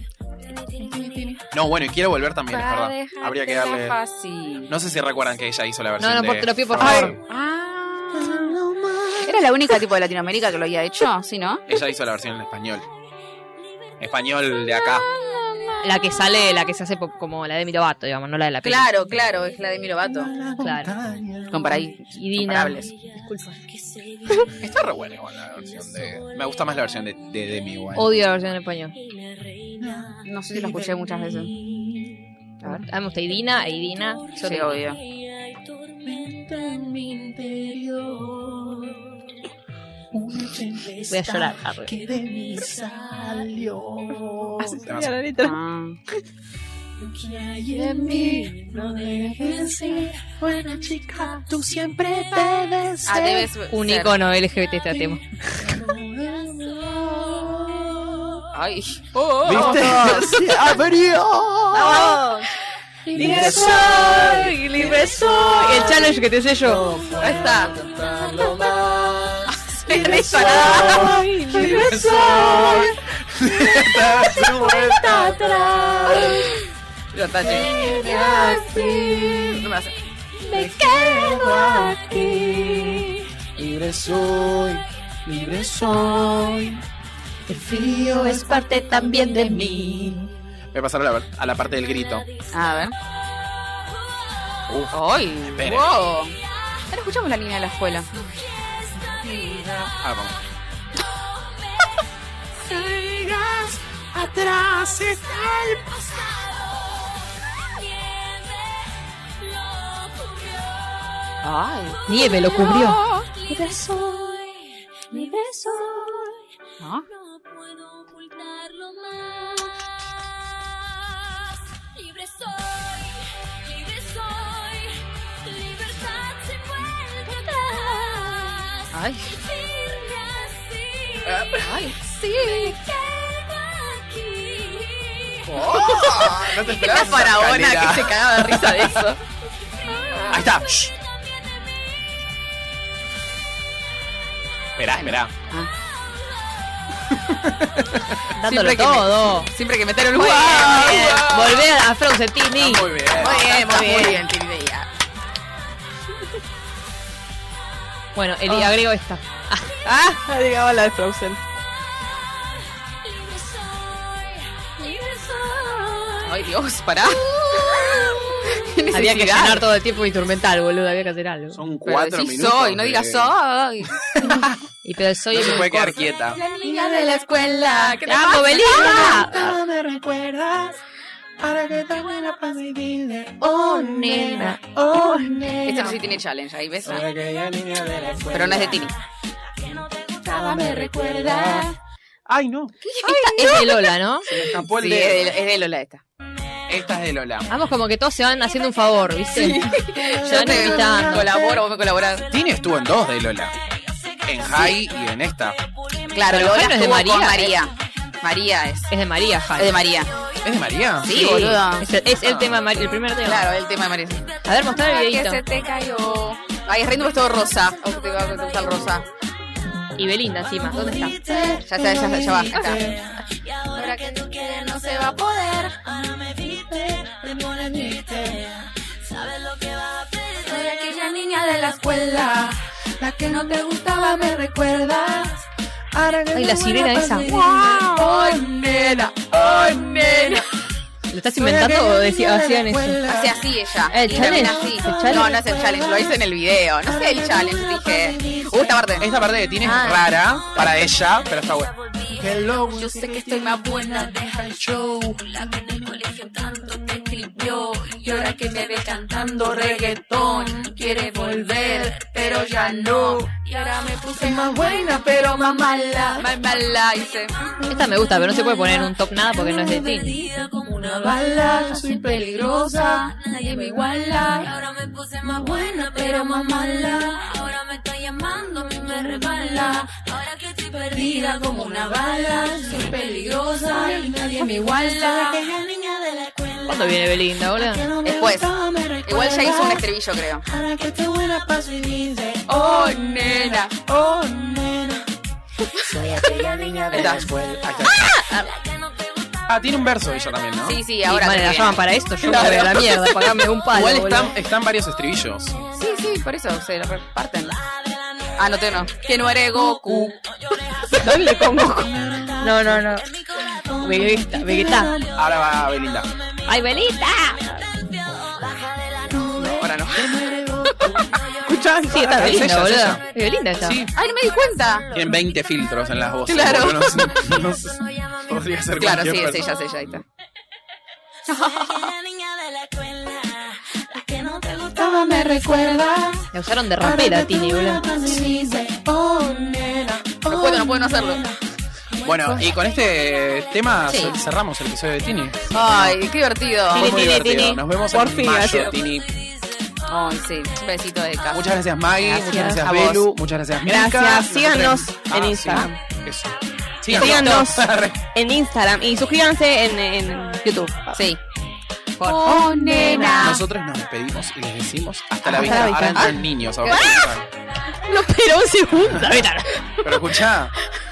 No, bueno, y quiero volver también, es Para verdad. dejarte Habría que la darle. fácil. No sé si recuerdan que ella hizo la versión. no, de por- te lo pido, por Juan favor. Moranes. Ah. Era la única tipo de Latinoamérica que lo había hecho, ¿sí, no? Ella hizo la versión en español. Español de acá. La que sale, la que se hace po- como la de Mirobato, digamos, no la de la peli. Claro, claro, es la de Mirovato. Claro. Con paraí. Y Dina. Comparables. Está re buena igual la versión de. Me gusta más la versión de, de Demi igual. Odio la versión en español. No sé si la escuché muchas veces. A ver. A mí me gusta Idina, e Idina. Yo Sí, tengo- obvio. Voy a llorar. arre. Así te vas Mira a- la letra. Ah. Ah, debes Un ser. icono LGBT este tema. Ah. Ay. ¿Viste? Sí, abrió. Libre soy, libre soy. El challenge que te sé yo. Ahí está. Libre soy, libre soy. Lo taché. No me la sé. Libre soy, libre soy. El frío es Pues parte también de mí. Voy a pasar a la, a la parte del grito. A ver. Uf. ¡Ay! Espere. ¡Wow! Ahora escuchamos la niña de la escuela. Ah, <laughs> vamos. ¡Ay! Nieve lo cubrió. Libre soy, libre soy, Ah. ¿No? no puedo ocultarlo más. Libre soy, libre soy, libertad se vuelve atrás. ¡Ay! Sentirme así, ¡Ay! me quedo aquí. ¡Oh! no te La esperabas. faraona Canela. que se cagaba de risa de eso. Ahí está. Shh. Esperá, esperá. Dándolo que me- todo. Siempre que meter un Muy ¡Wow! bien. Volvé a Frozen Tini. Muy bien. Muy bien, muy bien. Bueno, el, agrego esta. Ah, digamos la de Frozen. Libre soy, libre soy. ¡Ay, Dios! ¡Pará! Qué Había que necesidad. llenar todo el tiempo instrumental, boludo. Había que hacer algo. Son Pero cuatro decí minutos. soy, no de- digas soy. <laughs> Y pero soy No se muy puede quedar corto. quieta. La niña de la escuela. ¿Qué te ¡Vamos, pasa? Belinda! me recuerdas para que te buena paz y dile oh nena oh Este nena no sí tiene challenge, ahí ves. Para aquella niña de la escuela Pero no es de Tini. nada me recuerda Ay, no. Es de Lola, ¿no? Se me escapó el Sí, dedo. es de, es de Lola esta. Esta es de Lola. Vamos como que todos se van haciendo un favor, ¿viste? Se van invitando. Colaboro, vos me colaborás. Tini estuvo en dos de Lola. En High y en esta. Claro, Pero Lola Jai no es de estuvo María, con María. María es. Es de María, Es de Jai. María. ¿Es de María? Sí, boludo. Es el, es el tema, de Mari- el primer tema. Claro, el tema de María. A ver, mostrar el Que videito. se te cayó. Ay, es lindo, es todo rosa. O que te, va- que te gusta el rosa. Y Belinda encima. ¿Dónde está? Ya, ya, ya, ya, ya va. Acá. Ahora que tú quieres no se va a poder. Ahora me viste, me pones triste. Sabes lo que va a pedir. Soy aquella niña de la escuela. La que no te gustaba me recuerdas. Ahora que Ay, la sirena esa. ¡Wow! nena! ¡Oh, nena! ¿Lo estás inventando o decí- hacían eso? Hace así ella. ¿El Y termina Eh, challenge? así. ¿El challenge? No, no es el challenge, lo hice en el video. No sé el challenge, dije. Uh, esta parte. Ah. Esta parte de Tini es rara para ella, pero está buena. Hello, yo sé que estoy más buena, deja el show. La que en el colegio tanto te escribió. Y ahora que me ve cantando reggaetón, quiere volver, pero ya no. Y ahora me puse más buena, pero más mala. Mal, mal, la hice. Esta me gusta, pero no se puede poner en un top nada porque no es de ti. Perdida como una bala, yo soy peligrosa, nadie me iguala. Y ahora me puse más buena, pero más mala. Ahora me está llamando, a mí me resbala. Ahora que estoy perdida como una bala, soy peligrosa y nadie me iguala. ¿Cuándo viene Belinda, boludo? Después. pues, Igual ya hizo un estribillo, creo. Oh, nena. Ahí está. Ah, tiene un verso ella también, ¿no? Sí, sí, Y ahora. madre, te la viene. llaman para esto, yo Claro. me voy a la mierda, pagame un palo. Igual boludo. están, están varios estribillos. Sí, sí, por eso se lo reparten. Ah, no, te no. Que no eres Goku. ¿Dónde con Goku? No, no, no. Vegeta, Vegeta. Ahora va Belinda. ¡Ay, Belinda! Ahora <laughs> no. ¿Escuchan? Sí, está Es Belinda, ella, es boludo. ella. Es Belinda esta. Sí. Ay, no me di cuenta. Tienen 20 filtros en las voces. Claro. boludo, No, sé- no sé- podría ser Claro, sí, cualquier es persona. ella, es ella, ahí está. Todo me recuerda. La usaron de rapera, Tini, boludo. No puedo, no puedo no hacerlo. Bueno, y con este tema cer- cerramos el episodio de Tini. Ay, qué divertido. Fue muy Tini, divertido. Tini. Nos vemos Por en fin, mayo, gracias. Tini. Ay, sí. Besito de casa. Muchas gracias Maggie, muchas Gracias. gracias A vos. Belu, muchas gracias Mica. Gracias. Nosotros- Síganos en Ah, sí. Instagram. Eso. Síganos. <laughs> Re- En Instagram. Y suscríbanse en, en YouTube. Sí. Oh, nena. Nosotros nos despedimos y les decimos hasta la Hasta vista. la vista. Ahora entran niños. ahora sí, No, pero un segundo. Pero escuchá,